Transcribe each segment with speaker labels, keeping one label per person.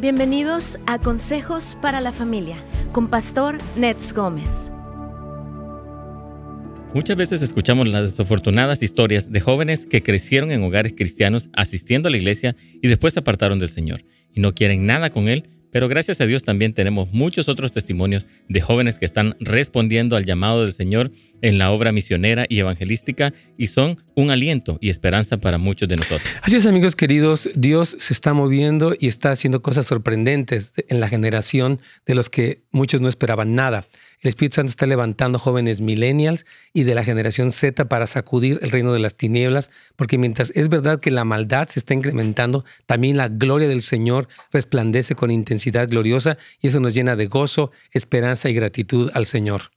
Speaker 1: Bienvenidos a Consejos para la Familia con Pastor Nets Gómez.
Speaker 2: Muchas veces escuchamos las desafortunadas historias de jóvenes que crecieron en hogares cristianos asistiendo a la iglesia y después se apartaron del Señor y no quieren nada con Él, pero gracias a Dios también tenemos muchos otros testimonios de jóvenes que están respondiendo al llamado del Señor en la obra misionera y evangelística y son un aliento y esperanza para muchos de nosotros.
Speaker 3: Así es, amigos queridos, Dios se está moviendo y está haciendo cosas sorprendentes en la generación de los que muchos no esperaban nada. El Espíritu Santo está levantando jóvenes millennials y de la generación Z para sacudir el reino de las tinieblas, porque mientras es verdad que la maldad se está incrementando, también la gloria del Señor resplandece con intensidad gloriosa y eso nos llena de gozo, esperanza y gratitud al Señor.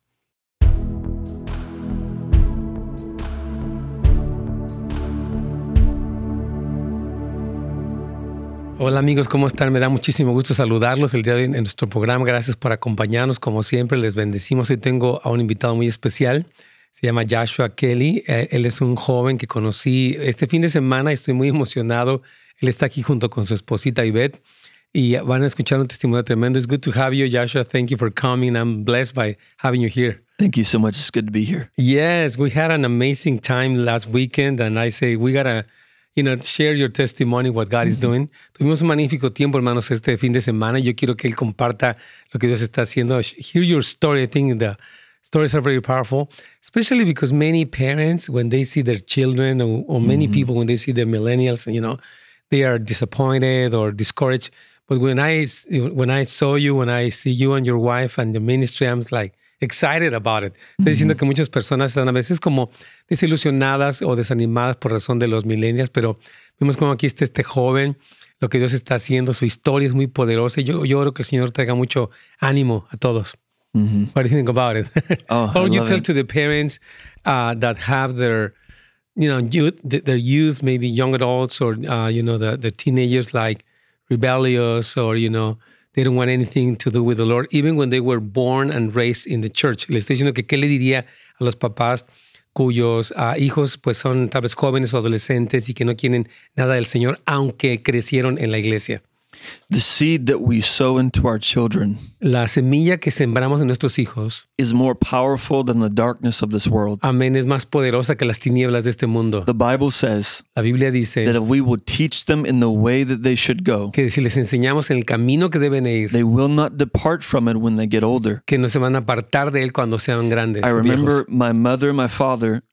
Speaker 3: Hola amigos, ¿cómo están? Me da muchísimo gusto saludarlos el día de hoy en nuestro programa. Gracias por acompañarnos. Como siempre, les bendecimos. Hoy tengo a un invitado muy especial. Se llama Joshua Kelly. Eh, Él es un joven que conocí este fin de semana. Estoy muy emocionado. Él está aquí junto con su esposita Ivette y van a escuchar un testimonio tremendo. It's good to have you, Joshua. Thank you for coming. I'm blessed by having you here.
Speaker 4: Thank you so much. It's good to be here.
Speaker 3: Yes, we had an amazing time last weekend and I say we gotta you know, share your testimony, what God is doing. Tuvimos un magnífico tiempo, hermanos, este fin de semana. Yo quiero que él comparta lo que Dios está haciendo. Hear your story. I think the stories are very powerful, especially because many parents, when they see their children, or, or many people, when they see the millennials, you know, they are disappointed or discouraged. But when I when I saw you, when I see you and your wife and the ministry, I'm like, excited about it. Estoy diciendo que muchas personas están a veces como desilusionadas o desanimadas por razón de los millennials, pero vemos como aquí está este joven, lo que Dios está haciendo, su historia es muy poderosa y yo, yo oro que el Señor traiga mucho ánimo a todos. What do you think about it?
Speaker 4: Oh,
Speaker 3: How
Speaker 4: I
Speaker 3: would you
Speaker 4: love
Speaker 3: tell
Speaker 4: it.
Speaker 3: to the parents uh, that have their, you know, youth, th- their youth, maybe young adults or uh, you know the the teenagers like rebellious or you know they don't want anything to do with the Lord, even when they were born and raised in the church. Le estoy diciendo que qué le diría a los papás cuyos ah, hijos pues son tal vez jóvenes o adolescentes y que no quieren nada del Señor, aunque crecieron en la iglesia.
Speaker 4: The seed that we sow into our children
Speaker 3: La semilla que sembramos en nuestros hijos,
Speaker 4: is more powerful than the darkness of this world.
Speaker 3: amén, es más poderosa que las tinieblas de este mundo.
Speaker 4: The Bible says
Speaker 3: La Biblia
Speaker 4: that
Speaker 3: dice
Speaker 4: if we will teach them in the way that they should go,
Speaker 3: que si les enseñamos el camino que deben ir,
Speaker 4: they will not depart from it when they get older.
Speaker 3: que no se van a apartar de él cuando sean grandes.
Speaker 4: I
Speaker 3: o
Speaker 4: remember my mother and my father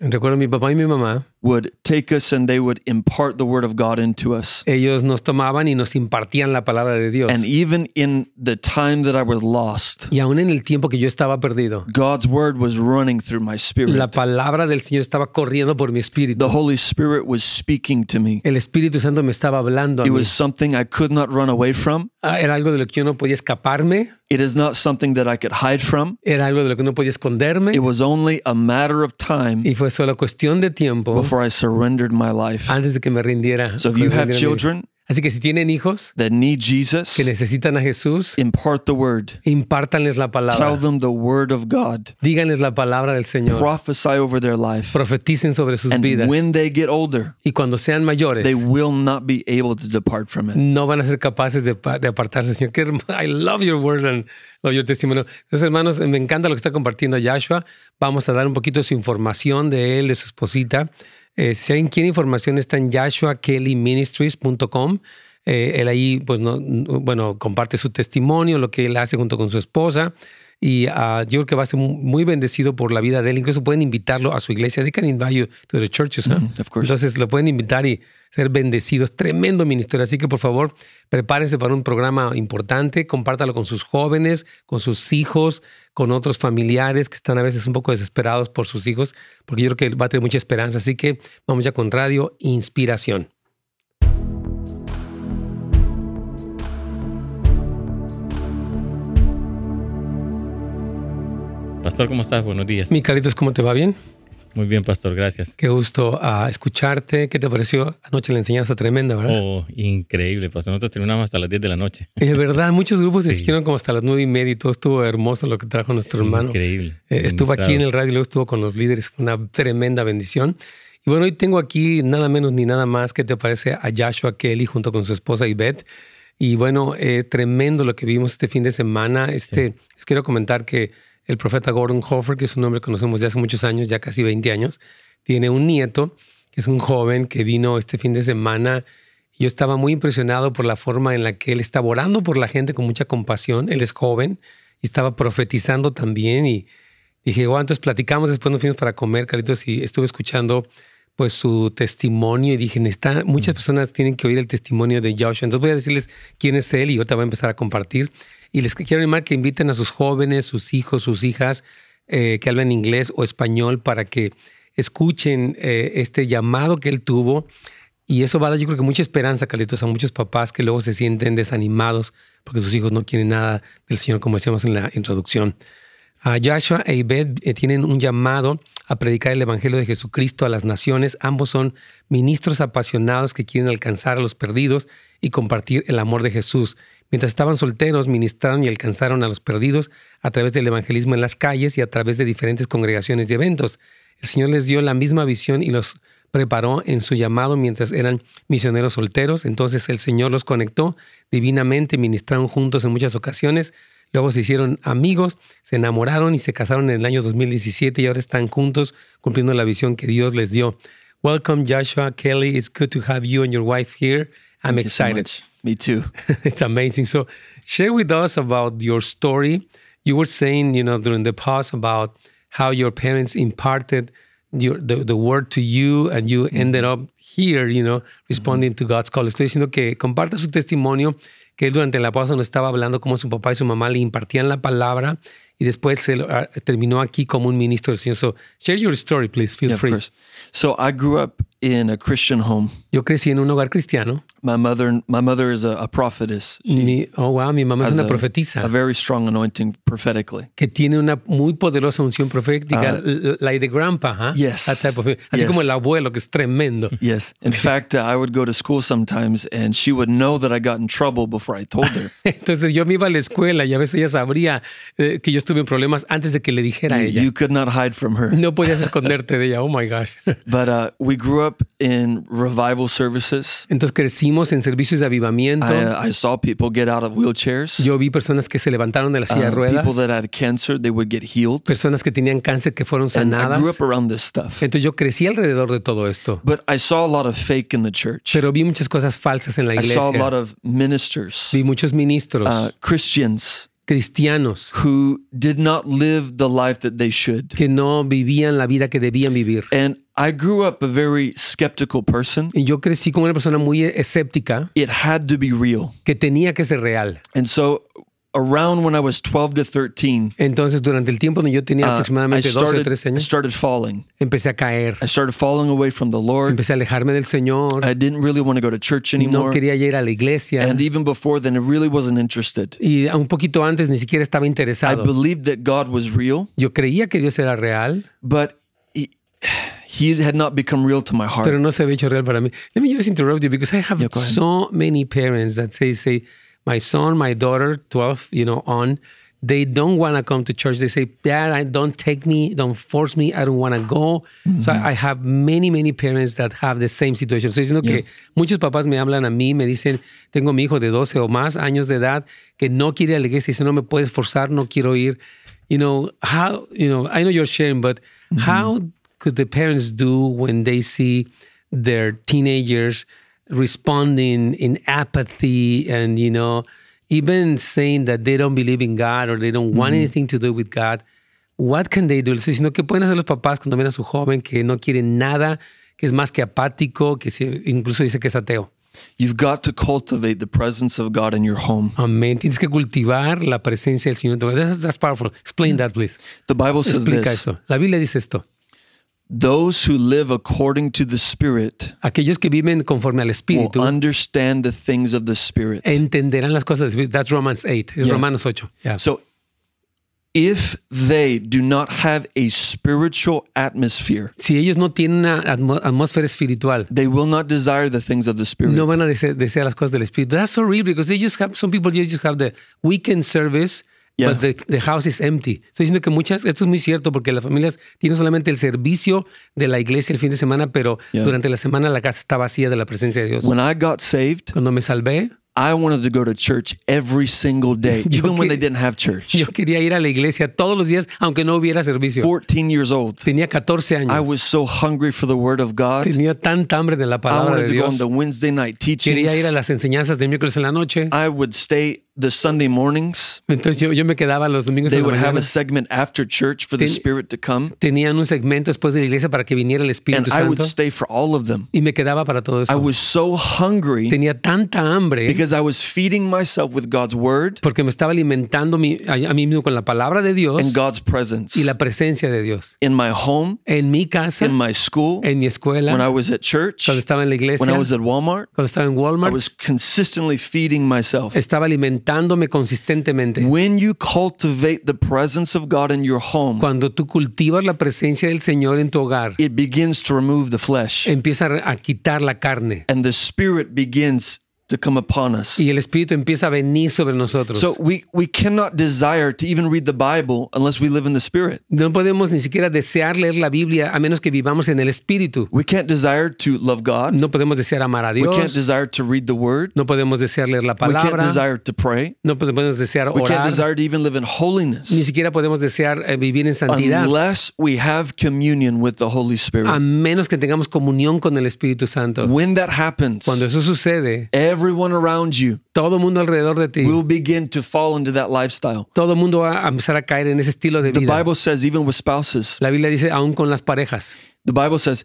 Speaker 3: viejos. Recuerdo mi papá y mi mamá,
Speaker 4: would take us and they would impart the word of God into us.
Speaker 3: ellos nos tomaban y nos impartían la palabra de Dios.
Speaker 4: And even in the time that I was lost,
Speaker 3: Y aún en el tiempo que yo estaba perdido,
Speaker 4: God's word was running through my
Speaker 3: la
Speaker 4: spirit.
Speaker 3: palabra del Señor estaba corriendo por mi espíritu.
Speaker 4: The Holy Spirit was speaking to me.
Speaker 3: El Espíritu Santo me estaba hablando a
Speaker 4: It
Speaker 3: mí.
Speaker 4: was something I could not run away from.
Speaker 3: Ah, Era algo de lo que yo no podía escaparme,
Speaker 4: It is not something that I could hide from.
Speaker 3: era algo de lo que no podía
Speaker 4: It
Speaker 3: esconderme.
Speaker 4: was only a matter of time
Speaker 3: Y fue solo cuestión de tiempo
Speaker 4: before I surrendered my life.
Speaker 3: antes de que me rindiera.
Speaker 4: So if you have
Speaker 3: rendiera mi-
Speaker 4: children
Speaker 3: Así que si tienen hijos
Speaker 4: that need Jesus,
Speaker 3: que necesitan a Jesús,
Speaker 4: impart the word.
Speaker 3: impártanles la
Speaker 4: Tell
Speaker 3: palabra.
Speaker 4: them the word of God.
Speaker 3: Díganles la palabra del Señor.
Speaker 4: Prophesy over their life.
Speaker 3: Profeticen sobre sus
Speaker 4: And
Speaker 3: vidas.
Speaker 4: when they get older,
Speaker 3: Y cuando sean
Speaker 4: they
Speaker 3: mayores,
Speaker 4: will not be able to depart from it.
Speaker 3: no van a ser capaces de, pa- de apartarse, Señor. Qué hermo- I love your word and love your testimonio. Entonces, hermanos, me encanta lo que está compartiendo Joshua. Vamos a dar un poquito de su información de él, de su esposita. Eh, si alguien quiere información, está en joshuakellyministries.com. Eh, él ahí, pues, no, no- bueno, comparte su testimonio, lo que él hace junto con su esposa. Y ah, yo creo que va a ser mu- muy bendecido por la vida de él. Incluso pueden invitarlo a su iglesia. They can invite you to the churches, huh?
Speaker 4: of course.
Speaker 3: Entonces lo pueden invitar y ser bendecidos. Tremendo ministerio. Así que por favor, prepárense para un programa importante. Compártalo con sus jóvenes, con sus hijos, con otros familiares que están a veces un poco desesperados por sus hijos, porque yo creo que va a tener mucha esperanza. Así que vamos ya con Radio Inspiración.
Speaker 2: Pastor, ¿cómo estás? Buenos días.
Speaker 3: Mi caritos, ¿cómo te va? ¿Bien?
Speaker 2: Muy bien, Pastor, gracias.
Speaker 3: Qué gusto ah, escucharte. ¿Qué te pareció? Anoche la enseñanza tremenda, ¿verdad?
Speaker 2: Oh, increíble, Pastor. Nosotros terminamos hasta las 10 de la noche.
Speaker 3: De verdad, muchos grupos se
Speaker 2: Sí.
Speaker 3: hicieron como hasta las nueve y media y todo estuvo hermoso lo que trajo nuestro
Speaker 2: Sí,
Speaker 3: hermano.
Speaker 2: Increíble.
Speaker 3: Eh, estuvo aquí en
Speaker 2: Ministrado.
Speaker 3: el radio, y luego estuvo con los líderes, fue una tremenda bendición. Y bueno, hoy tengo aquí nada menos ni nada más que te parece a Joshua Kelly junto con su esposa Yvette. Y bueno, eh, tremendo lo que vimos este fin de semana. Este, Les quiero comentar que el profeta Gordon Hofer, que es un hombre que conocemos de hace muchos años, ya casi 20 años, tiene un nieto, que es un joven que vino este fin de semana. Yo estaba muy impresionado por la forma en la que él estaba orando por la gente con mucha compasión. Él es joven y estaba profetizando también y dije, bueno, entonces platicamos, después nos fuimos para comer, Carlitos, y estuve escuchando pues su testimonio y dije, "Neta, muchas personas tienen que oír el testimonio de Joshua. Entonces voy a decirles quién es él y yo te voy a empezar a compartir. Y les quiero animar que inviten a sus jóvenes, sus hijos, sus hijas eh, que hablan inglés o español para que escuchen eh, este llamado que él tuvo. Y eso va a dar, yo creo que mucha esperanza, Carlitos, a muchos papás que luego se sienten desanimados porque sus hijos no quieren nada del Señor, como decíamos en la introducción. Ah, Joshua e Ibed eh, tienen un llamado a predicar el Evangelio de Jesucristo a las naciones. Ambos son ministros apasionados que quieren alcanzar a los perdidos y compartir el amor de Jesús. Mientras estaban solteros, ministraron y alcanzaron a los perdidos a través del evangelismo en las calles y a través de diferentes congregaciones y eventos. El Señor les dio la misma visión y los preparó en su llamado mientras eran misioneros solteros. Entonces el Señor los conectó divinamente, ministraron juntos en muchas ocasiones. Luego se hicieron amigos, se enamoraron y se casaron en el año 2017 y ahora están juntos cumpliendo la visión que Dios les dio. Welcome Joshua Kelly, it's good to have you and your wife here. I'm
Speaker 4: Thank you so
Speaker 3: excited.
Speaker 4: much. Me too.
Speaker 3: it's amazing. So share with us about your story. You were saying, you know, during the pause about how your parents imparted your, the, the word to you and you ended up here, you know, responding to God's call. Estoy diciendo que comparta su testimonio, que él durante la pausa nos estaba hablando cómo su papá y su mamá le impartían la palabra y después se lo- ah, terminó aquí como un ministro del Señor. So share your story, please. Feel
Speaker 4: Yeah, of
Speaker 3: free.
Speaker 4: course. So I grew up in a Christian home.
Speaker 3: Yo crecí en un hogar cristiano.
Speaker 4: My mother, my mother is a, a prophetess. She
Speaker 3: Mi, oh, wow, mi mamá es
Speaker 4: has
Speaker 3: una
Speaker 4: a-
Speaker 3: profetisa.
Speaker 4: A very strong anointing prophetically.
Speaker 3: que tiene una muy poderosa unción profética, l- like the grandpa, huh?
Speaker 4: Ah. Yes.
Speaker 3: That type of thing. Así
Speaker 4: Yes.
Speaker 3: como el abuelo, que es tremendo.
Speaker 4: Yes. In fact, uh, I would go to school sometimes, and she would know that I got in trouble before I told her.
Speaker 3: Entonces yo me iba a la escuela y a veces ella sabría eh, que yo estuve en problemas antes de que le dijera a
Speaker 4: you,
Speaker 3: ella.
Speaker 4: you could not hide from her.
Speaker 3: No podías esconderte de ella, oh my gosh.
Speaker 4: But uh, we grew up in revival services.
Speaker 3: Entonces crecimos en servicios de avivamiento.
Speaker 4: I, uh, I saw people get out of wheelchairs.
Speaker 3: Yo vi personas que se levantaron de la silla de
Speaker 4: Uh, people
Speaker 3: ruedas,
Speaker 4: that had cancer, they would get healed.
Speaker 3: personas que tenían cáncer que fueron
Speaker 4: And I grew
Speaker 3: sanadas.
Speaker 4: up around this stuff.
Speaker 3: Entonces yo crecí alrededor de todo esto,
Speaker 4: But I saw a lot of fake in the church.
Speaker 3: pero vi muchas cosas falsas en la
Speaker 4: I saw a lot
Speaker 3: iglesia.
Speaker 4: of ministers,
Speaker 3: Vi muchos ministros
Speaker 4: uh, Christians,
Speaker 3: cristianos
Speaker 4: who did not live the life that they should.
Speaker 3: que no vivían la vida que debían vivir.
Speaker 4: And I grew up a very skeptical person.
Speaker 3: Y yo crecí como una persona muy escéptica
Speaker 4: It had to be real.
Speaker 3: que tenía que ser real.
Speaker 4: And so, around when I was 12 to 13,
Speaker 3: Entonces, durante el tiempo donde yo tenía
Speaker 4: uh, I,
Speaker 3: aproximadamente 12 o
Speaker 4: started,
Speaker 3: 13
Speaker 4: I
Speaker 3: años,
Speaker 4: started falling.
Speaker 3: empecé a caer,
Speaker 4: I started falling away from the Lord.
Speaker 3: empecé a alejarme del Señor,
Speaker 4: I didn't really want to go to church
Speaker 3: no
Speaker 4: anymore.
Speaker 3: quería ir a la iglesia
Speaker 4: And even before then, I really wasn't interested.
Speaker 3: y a un poquito antes ni siquiera estaba
Speaker 4: I
Speaker 3: interesado.
Speaker 4: believed that God was real,
Speaker 3: Yo creía que Dios era real,
Speaker 4: but he, he had not become real to my heart.
Speaker 3: pero no se había hecho real para mí. Let me just interrupt you because I have
Speaker 4: Yeah, go ahead.
Speaker 3: so many parents that say, say, my son, my daughter, 12, you know, on, they don't want to come to church. They say, Dad, I don't take me, don't force me, I don't want to go. So
Speaker 4: Mm-hmm.
Speaker 3: I, I have many, many parents that have the same situation. Estoy diciendo que muchos papás me hablan a mí, me dicen, tengo mi hijo de 12 o más años de edad que no quiere ir a la iglesia, dice, no me puedes forzar, no quiero ir. You know, how, you know, I know you're sharing, but how could the parents do when they see their teenagers responding in apathy and you know even saying that they don't believe in God or they don't want anything to do with God, what can they do? Sino que pueden hacer los papás cuando ven a su joven que no quiere nada, que es más que apático, que se- incluso dice que es ateo.
Speaker 4: You've got to cultivate the presence of God in your home.
Speaker 3: Amén. Tienes que cultivar la presencia del Señor. That's, that's powerful. Explain that, please.
Speaker 4: The Bible says
Speaker 3: Explica
Speaker 4: this
Speaker 3: eso. La Biblia dice esto.
Speaker 4: those who live according to the Spirit
Speaker 3: Aquellos que viven conforme al
Speaker 4: will
Speaker 3: Espíritu
Speaker 4: understand the things of the Spirit.
Speaker 3: entenderán las cosas. del Espíritu. That's Romans 8. Es
Speaker 4: Yeah.
Speaker 3: Romanos 8. Yeah.
Speaker 4: So, if they do not have a spiritual atmosphere,
Speaker 3: si ellos no tienen una atmo- atmósfera espiritual,
Speaker 4: they will not desire the things of the Spirit.
Speaker 3: no van a dese- desear, las cosas del espíritu. That's so real because they just have some people they just have the weekend service,
Speaker 4: Yeah.
Speaker 3: but the, the house is empty. Estoy diciendo que muchas, esto es muy cierto porque las familias tienen solamente el servicio de la iglesia el fin de semana, pero
Speaker 4: Yeah.
Speaker 3: durante la semana la casa está vacía de la presencia de Dios.
Speaker 4: When I got saved,
Speaker 3: Cuando me salvé,
Speaker 4: I wanted to go to church every single day, even when
Speaker 3: que-
Speaker 4: they didn't have church.
Speaker 3: Yo quería ir a la iglesia todos los días, aunque no hubiera servicio.
Speaker 4: 14 years old.
Speaker 3: Tenía 14 años.
Speaker 4: I was so hungry for the word of God.
Speaker 3: Tenía tanta hambre de la
Speaker 4: I
Speaker 3: palabra
Speaker 4: wanted
Speaker 3: de
Speaker 4: to go on
Speaker 3: Dios.
Speaker 4: the Wednesday night
Speaker 3: Quería ir a
Speaker 4: teachings.
Speaker 3: las enseñanzas de miércoles en la noche.
Speaker 4: I would stay the Sunday mornings.
Speaker 3: Entonces yo, yo me quedaba los domingos
Speaker 4: They
Speaker 3: en la
Speaker 4: would have
Speaker 3: mañana.
Speaker 4: a segment after church for the
Speaker 3: Ten-
Speaker 4: Spirit to come.
Speaker 3: Tenían un segmento después de la iglesia para que viniera el
Speaker 4: And
Speaker 3: Espíritu
Speaker 4: I would
Speaker 3: Santo.
Speaker 4: stay for all of them.
Speaker 3: Y me quedaba para todo
Speaker 4: I
Speaker 3: eso.
Speaker 4: was so hungry
Speaker 3: Tenía tanta hambre
Speaker 4: because I was feeding myself with God's word
Speaker 3: porque me estaba alimentando mi- a, a mí mismo con la palabra de
Speaker 4: and
Speaker 3: Dios
Speaker 4: God's presence
Speaker 3: y la presencia de Dios.
Speaker 4: in my home,
Speaker 3: En mi casa,
Speaker 4: in my school,
Speaker 3: en mi escuela,
Speaker 4: when I was at church,
Speaker 3: cuando estaba en la
Speaker 4: when
Speaker 3: iglesia,
Speaker 4: I was at Walmart.
Speaker 3: cuando estaba en
Speaker 4: I
Speaker 3: Walmart,
Speaker 4: was consistently feeding myself.
Speaker 3: estaba alimentándome consistentemente.
Speaker 4: When you cultivate the presence of God in your home,
Speaker 3: Cuando tú cultivas la presencia del Señor en tu hogar,
Speaker 4: it begins to remove the flesh
Speaker 3: empieza a re- a quitar la carne
Speaker 4: and the spirit begins to come upon us.
Speaker 3: y el Espíritu empieza a venir sobre nosotros.
Speaker 4: So we we cannot desire to even read the Bible unless we live in the spirit.
Speaker 3: no podemos ni siquiera desear leer la Biblia a menos que vivamos en el Espíritu.
Speaker 4: We can't desire to love God.
Speaker 3: No podemos desear amar a
Speaker 4: We can't
Speaker 3: Dios.
Speaker 4: desire to read the word.
Speaker 3: No podemos desear leer la
Speaker 4: We can't
Speaker 3: palabra.
Speaker 4: desire to pray.
Speaker 3: No podemos desear
Speaker 4: We can't
Speaker 3: orar.
Speaker 4: desire to even live in
Speaker 3: Ni
Speaker 4: holiness
Speaker 3: siquiera podemos desear eh, vivir en santidad
Speaker 4: unless we have communion with the Holy
Speaker 3: a
Speaker 4: Spirit.
Speaker 3: menos que tengamos comunión con el Espíritu Santo.
Speaker 4: When that happens,
Speaker 3: Cuando eso sucede,
Speaker 4: everyone around you
Speaker 3: todo el mundo alrededor de ti,
Speaker 4: will begin to fall into that lifestyle.
Speaker 3: todo el mundo va a empezar a caer en ese estilo de
Speaker 4: The
Speaker 3: vida.
Speaker 4: Bible says, even with spouses,
Speaker 3: La Biblia dice, aún con las parejas,
Speaker 4: the Bible says,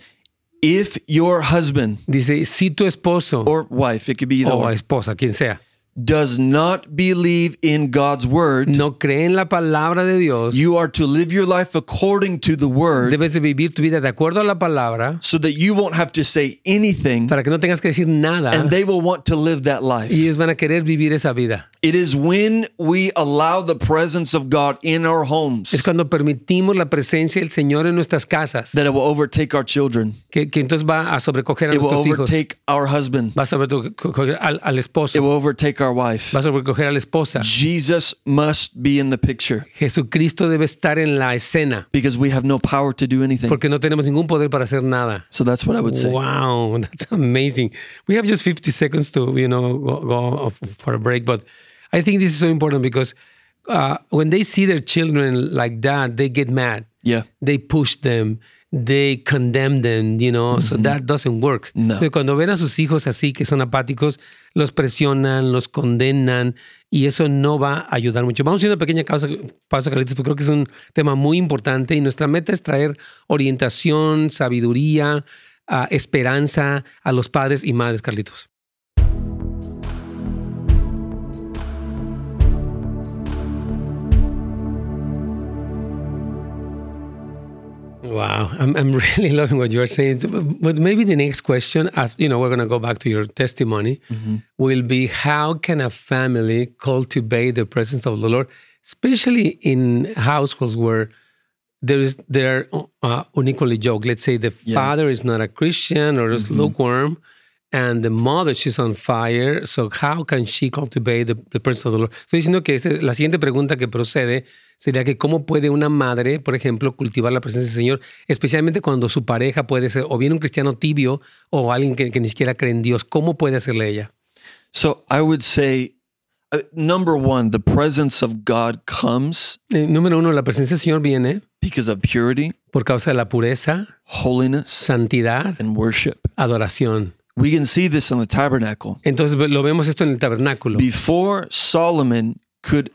Speaker 4: if your husband
Speaker 3: dice, si tu esposo
Speaker 4: or wife, it could be either
Speaker 3: o
Speaker 4: one,
Speaker 3: esposa, quien sea,
Speaker 4: does not believe in God's word,
Speaker 3: no cree en la palabra de Dios,
Speaker 4: you are to live your life according to the word
Speaker 3: debes de vivir tu vida de acuerdo a la palabra
Speaker 4: so that you won't have to say anything
Speaker 3: para que no tengas que decir nada
Speaker 4: and they will want to live that life.
Speaker 3: y ellos van a querer vivir esa vida.
Speaker 4: It is when we allow the presence of God in our homes
Speaker 3: Es cuando permitimos la presencia del Señor en nuestras casas,
Speaker 4: that it will overtake our children,
Speaker 3: que, que entonces va a sobrecoger a
Speaker 4: it will
Speaker 3: nuestros hijos,
Speaker 4: overtake our husband,
Speaker 3: va a sobrecoger al, al
Speaker 4: it
Speaker 3: esposo,
Speaker 4: will overtake our wife.
Speaker 3: va a sobrecoger a la esposa.
Speaker 4: Jesus must be in the picture
Speaker 3: Jesucristo debe estar en la escena
Speaker 4: because we have no power to do anything.
Speaker 3: porque no tenemos ningún poder para hacer nada.
Speaker 4: So that's what I would say.
Speaker 3: Wow, that's amazing. We have just 50 seconds to, you know, go, go f- for a break, but I think this is so important because uh, when they see their children like that, they get mad.
Speaker 4: Yeah.
Speaker 3: They push them, they condemn them, you know, so that doesn't work.
Speaker 4: No.
Speaker 3: Entonces, cuando ven a sus hijos así, que son apáticos, los presionan, los condenan y eso no va a ayudar mucho. Vamos a ir a una pequeña pausa, pausa Carlitos, porque creo que es un tema muy importante y nuestra meta es traer orientación, sabiduría, ah, esperanza a los padres y madres, Carlitos. Wow, I'm, I'm really loving what you are saying. But maybe the next question, af- you know, we're going to go back to your testimony, will be how can a family cultivate the presence of the Lord, especially in households where there is there are uh, unequally yoked. Let's say the father is not a Christian or is lukewarm, and the mother she's on fire. So how can she cultivate the, the presence of the Lord? Estoy diciendo que ese- la siguiente pregunta que procede sería que cómo puede una madre, por ejemplo, cultivar la presencia del Señor, especialmente cuando su pareja puede ser o bien un cristiano tibio o alguien que, que ni siquiera cree en Dios. ¿Cómo puede hacerle ella?
Speaker 4: So I would say, uh, number one, the presence of God comes
Speaker 3: Eh, número uno, la presencia del Señor viene
Speaker 4: because of purity,
Speaker 3: por causa de la pureza,
Speaker 4: holiness,
Speaker 3: santidad,
Speaker 4: and worship.
Speaker 3: adoración.
Speaker 4: We can see this in the tabernacle.
Speaker 3: Entonces ve- lo vemos esto en el tabernáculo.
Speaker 4: Before Solomon could,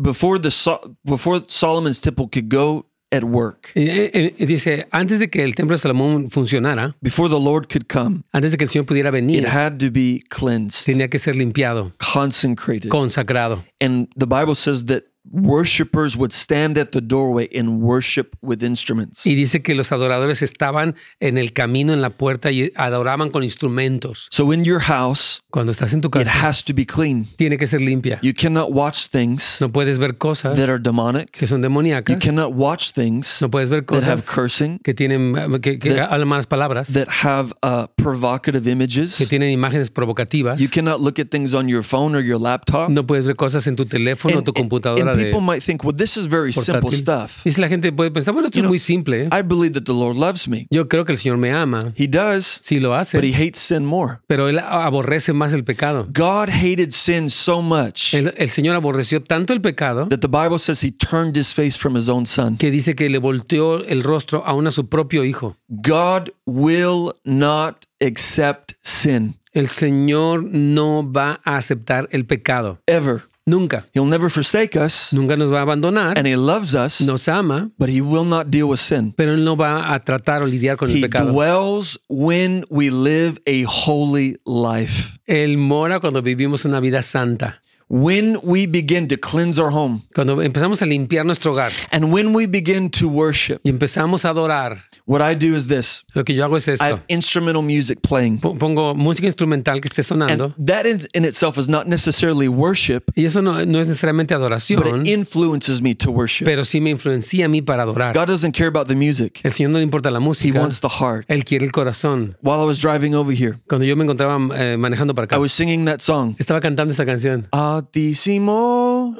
Speaker 4: before the So- before Solomon's temple could go at work,
Speaker 3: Eh, eh, eh, dice, antes de que el templo de Salomón funcionara,
Speaker 4: before the Lord could come,
Speaker 3: antes de que el Señor pudiera
Speaker 4: it
Speaker 3: venir,
Speaker 4: had to be cleansed,
Speaker 3: tenía que ser limpiado,
Speaker 4: consecrated,
Speaker 3: consagrado.
Speaker 4: And the Bible says that worshipers would stand at the doorway and worship with instruments.
Speaker 3: Y dice que los adoradores estaban en el camino, en la puerta y adoraban con instrumentos.
Speaker 4: So in your house,
Speaker 3: Cuando estás en tu
Speaker 4: it
Speaker 3: casa,
Speaker 4: has to be clean.
Speaker 3: tiene que ser limpia.
Speaker 4: You cannot watch things
Speaker 3: No puedes ver cosas
Speaker 4: that are demonic.
Speaker 3: que son
Speaker 4: You
Speaker 3: demoníacas.
Speaker 4: cannot watch things
Speaker 3: No puedes ver
Speaker 4: that have
Speaker 3: cosas
Speaker 4: cursing,
Speaker 3: que tienen que, que
Speaker 4: that-
Speaker 3: hablan malas palabras,
Speaker 4: that have uh, provocative
Speaker 3: que
Speaker 4: images.
Speaker 3: tienen imágenes provocativas.
Speaker 4: You cannot look at things on your phone or your laptop.
Speaker 3: No puedes ver cosas en tu teléfono o
Speaker 4: And,
Speaker 3: tu computadora nada de...
Speaker 4: people might think, well, this is very simple
Speaker 3: portátil.
Speaker 4: stuff.
Speaker 3: Y si la gente puede pensar, bueno, esto
Speaker 4: You
Speaker 3: es
Speaker 4: know,
Speaker 3: muy simple. ¿eh?
Speaker 4: I believe that the Lord loves me.
Speaker 3: Yo creo que el Señor me ama.
Speaker 4: He does,
Speaker 3: Sí lo hace.
Speaker 4: but he hates sin more.
Speaker 3: pero Él aborrece más el pecado.
Speaker 4: God hated sin so much
Speaker 3: El, el Señor aborreció tanto el pecado
Speaker 4: that the Bible says he turned his face from his own son.
Speaker 3: que dice que le volteó el rostro aún a su propio hijo.
Speaker 4: God will not accept sin
Speaker 3: El Señor no va a aceptar el pecado.
Speaker 4: ever.
Speaker 3: Nunca.
Speaker 4: He'll never forsake us
Speaker 3: Nunca nos va a abandonar.
Speaker 4: and he loves us,
Speaker 3: Nos ama,
Speaker 4: but he will not deal with sin.
Speaker 3: pero Él no va a tratar o lidiar con el
Speaker 4: He
Speaker 3: pecado.
Speaker 4: dwells when we live a holy life.
Speaker 3: Él mora cuando vivimos una vida santa.
Speaker 4: When we begin to cleanse our home
Speaker 3: Cuando empezamos a limpiar nuestro hogar
Speaker 4: and when we begin to worship,
Speaker 3: y empezamos a adorar,
Speaker 4: what I do is this
Speaker 3: lo que yo hago es
Speaker 4: I
Speaker 3: esto.
Speaker 4: have instrumental music playing.
Speaker 3: Po- Pongo música instrumental que esté sonando.
Speaker 4: And that in, in itself is not necessarily worship,
Speaker 3: Y eso no, no es necesariamente
Speaker 4: but it
Speaker 3: adoración,
Speaker 4: influences me to worship.
Speaker 3: pero sí me influencia a mí para adorar.
Speaker 4: God doesn't care about the music.
Speaker 3: El Señor no le importa la
Speaker 4: He
Speaker 3: música.
Speaker 4: wants the heart.
Speaker 3: Él quiere el corazón.
Speaker 4: While I was driving over here,
Speaker 3: Cuando yo me encontraba eh, manejando para
Speaker 4: I
Speaker 3: acá,
Speaker 4: was singing that song.
Speaker 3: estaba cantando esa canción.
Speaker 4: Altissimo.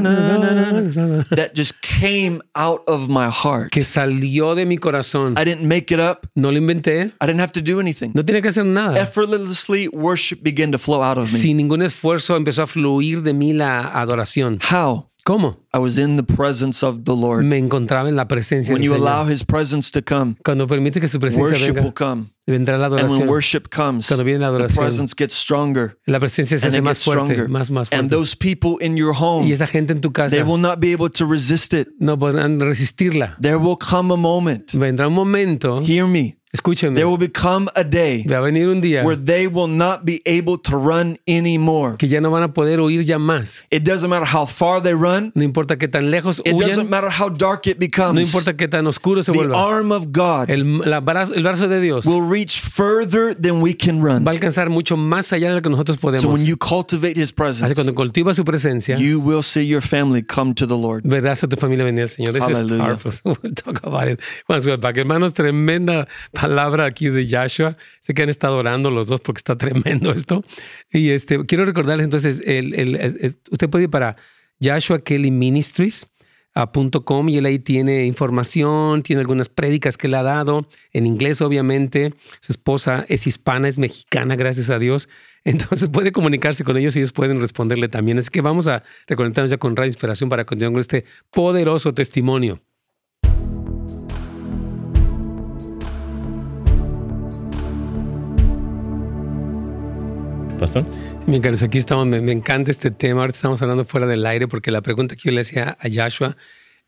Speaker 4: Da-na-na-na. That just came out of my heart.
Speaker 3: Que salió de mi corazón.
Speaker 4: I didn't make it up.
Speaker 3: No lo inventé.
Speaker 4: I didn't have to do anything.
Speaker 3: No tenía que hacer nada.
Speaker 4: Effortlessly, worship began to flow out of me.
Speaker 3: Sin ningún esfuerzo empezó a fluir de mí la adoración.
Speaker 4: How?
Speaker 3: ¿Cómo?
Speaker 4: I was in the presence of the Lord.
Speaker 3: Me encontraba en la presencia
Speaker 4: When
Speaker 3: del
Speaker 4: you
Speaker 3: Señor.
Speaker 4: allow His presence to come,
Speaker 3: Cuando permite que su presencia
Speaker 4: worship will
Speaker 3: venga,
Speaker 4: come.
Speaker 3: vendrá la
Speaker 4: And when
Speaker 3: adoración.
Speaker 4: worship comes,
Speaker 3: Cuando viene la
Speaker 4: the
Speaker 3: adoración,
Speaker 4: presence gets stronger
Speaker 3: La presencia se
Speaker 4: and
Speaker 3: hace
Speaker 4: it
Speaker 3: más
Speaker 4: gets
Speaker 3: fuerte,
Speaker 4: stronger.
Speaker 3: más, más
Speaker 4: And
Speaker 3: fuerte.
Speaker 4: those people in your home,
Speaker 3: Y esa gente en tu
Speaker 4: they
Speaker 3: casa
Speaker 4: will not be able to resist it.
Speaker 3: no podrán resistirla.
Speaker 4: There will come a moment,
Speaker 3: Vendrá un momento,
Speaker 4: hear me,
Speaker 3: escúcheme,
Speaker 4: there will become a day
Speaker 3: va a venir un día
Speaker 4: where they will not be able to run anymore.
Speaker 3: que ya no van a poder oír ya más.
Speaker 4: It doesn't matter how far they run,
Speaker 3: No importa qué tan lejos
Speaker 4: it doesn't
Speaker 3: huyan,
Speaker 4: matter how dark it
Speaker 3: no
Speaker 4: becomes.
Speaker 3: importa qué tan oscuro se
Speaker 4: The
Speaker 3: vuelva.
Speaker 4: arm of God
Speaker 3: El, la brazo, el brazo de Dios
Speaker 4: will reach further than we can
Speaker 3: va a
Speaker 4: run.
Speaker 3: alcanzar mucho más allá de lo que nosotros
Speaker 4: So
Speaker 3: podemos.
Speaker 4: when you cultivate
Speaker 3: Así
Speaker 4: His
Speaker 3: que cuando
Speaker 4: presence,
Speaker 3: cultiva su presencia,
Speaker 4: you will see your family come to the Lord.
Speaker 3: verás a tu familia venir al Señor. This is
Speaker 4: Hallelujah.
Speaker 3: powerful. We'll talk about it once we're back. Hermanos, tremenda palabra aquí de Joshua. Sé que han estado orando los dos porque está tremendo esto. Y este, quiero recordarles entonces, el, el- el- usted puede ir para Joshua Kelly Ministries. a punto .com y él ahí tiene información, tiene algunas prédicas que le ha dado, en inglés obviamente, su esposa es hispana, es mexicana, gracias a Dios, entonces puede comunicarse con ellos y ellos pueden responderle también. Así que vamos a reconectarnos ya con Radio Inspiración para continuar con este poderoso testimonio.
Speaker 2: Pastor.
Speaker 3: Me encanta, aquí estamos, me, me encanta este tema. Ahorita estamos hablando fuera del aire porque la pregunta que yo le hacía a Joshua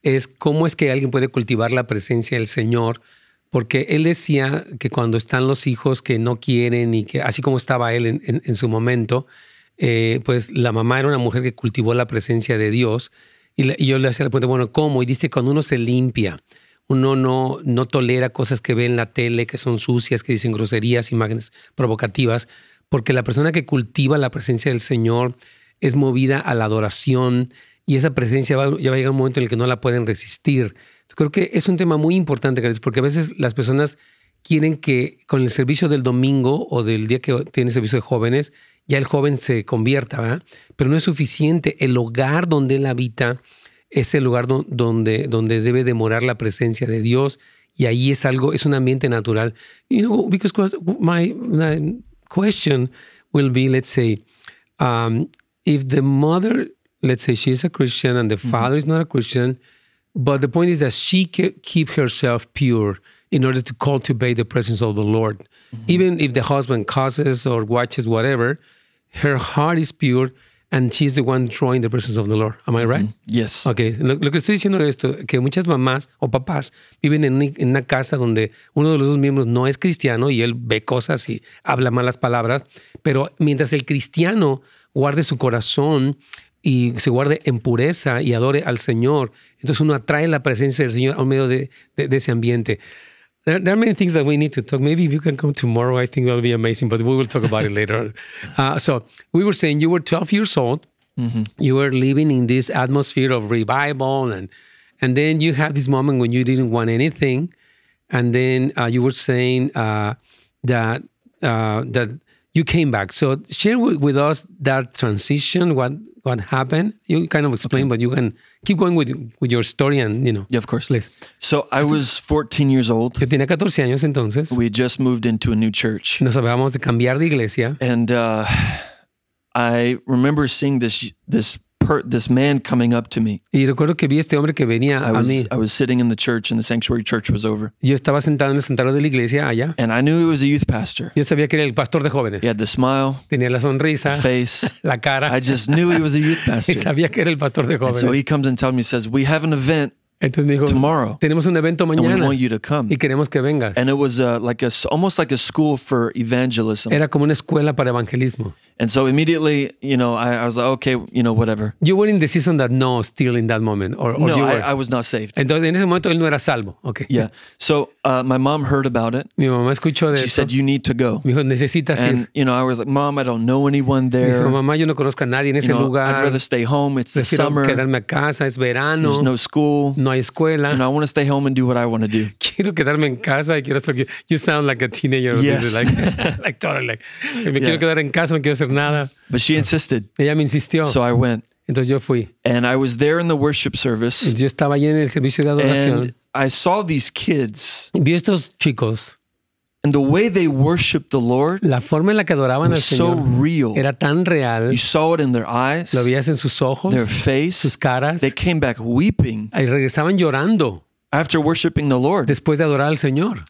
Speaker 3: es cómo es que alguien puede cultivar la presencia del Señor. Porque él decía que cuando están los hijos que no quieren y que así como estaba él en, en- en su momento, eh, pues la mamá era una mujer que cultivó la presencia de Dios. Y, la- y yo le hacía la pregunta, bueno, ¿cómo? Y dice, cuando uno se limpia, uno no, no tolera cosas que ve en la tele, que son sucias, que dicen groserías, imágenes provocativas, porque la persona que cultiva la presencia del Señor es movida a la adoración y esa presencia va- ya va a llegar un momento en el que no la pueden resistir. Creo que es un tema muy importante, Carlos, porque a veces las personas quieren que con el servicio del domingo o del día que tiene servicio de jóvenes, ya el joven se convierta, ¿verdad? Pero no es suficiente. El hogar donde él habita es el lugar do- donde, donde debe demorar la presencia de Dios y ahí es algo, es un ambiente natural. You know, because my, my question will be, let's say, um, if the mother, let's say she's a Christian and the father is not a Christian, but the point is that she ke- keep herself pure in order to cultivate the presence of the Lord. Even if the husband causes or watches whatever, her heart is pure and she's the one drawing the presence of the Lord. Am I right?
Speaker 4: Yes.
Speaker 3: Ok, lo, lo que estoy diciendo es esto, que muchas mamás o papás viven en una, en una casa donde uno de los dos miembros no es cristiano y él ve cosas y habla malas palabras, pero mientras el cristiano guarde su corazón y se guarde en pureza y adore al Señor, entonces uno atrae la presencia del Señor a medio de, de- de ese ambiente. There, there are many things that we need to talk. Maybe if you can come tomorrow, I think that will be amazing, but we will talk about it later. Uh, so we were saying you were 12 years old you were living in this atmosphere of revival and and then you had this moment when you didn't want anything and then uh, you were saying uh, that uh, that you came back. So share with, with us that transition, what what happened. You kind of explain, but you can keep going with with your story and you know.
Speaker 4: Yeah, of course.
Speaker 3: Please.
Speaker 4: So I was 14 years old.
Speaker 3: Yo tenía 14 años entonces.
Speaker 4: We had just moved into a new church.
Speaker 3: Nos acabamos de cambiar de iglesia.
Speaker 4: and uh, I remember seeing this this per, this man coming up to me.
Speaker 3: Y recuerdo que vi a este hombre que venía
Speaker 4: I
Speaker 3: a mí.
Speaker 4: was I was sitting in the church, and the sanctuary church was over,
Speaker 3: Yo estaba sentado en el santuario de la iglesia allá.
Speaker 4: and I knew he was a youth pastor.
Speaker 3: Yo sabía que era el pastor de jóvenes.
Speaker 4: He had the smile,
Speaker 3: Tenía la sonrisa,
Speaker 4: face.
Speaker 3: la cara.
Speaker 4: I just knew he was a youth
Speaker 3: Y
Speaker 4: pastor.
Speaker 3: sabía que era el pastor de
Speaker 4: And so
Speaker 3: jóvenes.
Speaker 4: he comes and tells me, he says, "We have an event
Speaker 3: Entonces me dijo,
Speaker 4: tomorrow,
Speaker 3: tenemos un evento
Speaker 4: and we
Speaker 3: mañana
Speaker 4: want you to come."
Speaker 3: y queremos que vengas.
Speaker 4: And it was uh, like a s- almost like a school for evangelism.
Speaker 3: Era como una escuela para evangelismo.
Speaker 4: And so immediately, you know, I, I was like, "Okay, you know, whatever."
Speaker 3: You were in the season that no, still in that moment. Or, or
Speaker 4: No,
Speaker 3: you
Speaker 4: I,
Speaker 3: were.
Speaker 4: I was not saved.
Speaker 3: Entonces en ese momento él no era salvo. ok.
Speaker 4: Yeah. So uh, my mom heard about it.
Speaker 3: Mi mamá escuchó de
Speaker 4: She
Speaker 3: eso.
Speaker 4: said, "You need to go."
Speaker 3: Me dijo, necesitas
Speaker 4: And
Speaker 3: ir.
Speaker 4: you know, I was like, "Mom, I don't know anyone there.
Speaker 3: Dijo, mamá, yo no conozco a nadie en
Speaker 4: You
Speaker 3: ese
Speaker 4: know, I'd
Speaker 3: lugar.
Speaker 4: rather stay home. It's the
Speaker 3: Prefiero
Speaker 4: summer.
Speaker 3: quedarme a casa, es verano,
Speaker 4: There's no school.
Speaker 3: no hay escuela.
Speaker 4: You know, I want to stay home and do what I want to do."
Speaker 3: Quiero quedarme en casa y quiero estar aquí. You sound like a teenager.
Speaker 4: Yes.
Speaker 3: Like, like totally. Like, me quiero quedar en casa, no quiero hacer nada.
Speaker 4: But she
Speaker 3: Oh.
Speaker 4: insisted,
Speaker 3: Ella me insistió.
Speaker 4: so I went,
Speaker 3: Entonces yo fui.
Speaker 4: and I was there in the worship service,
Speaker 3: Yo estaba allí en el servicio de adoración.
Speaker 4: and I saw these kids
Speaker 3: Vi estos chicos,
Speaker 4: and the way they worshiped the Lord
Speaker 3: la forma en la que adoraban al
Speaker 4: was so
Speaker 3: Señor
Speaker 4: real.
Speaker 3: era tan real.
Speaker 4: You saw it in their eyes,
Speaker 3: Lo veías en sus ojos,
Speaker 4: their
Speaker 3: sus
Speaker 4: face.
Speaker 3: caras.
Speaker 4: They came back weeping
Speaker 3: Y regresaban llorando
Speaker 4: after worshiping the Lord.
Speaker 3: después de adorar al Señor.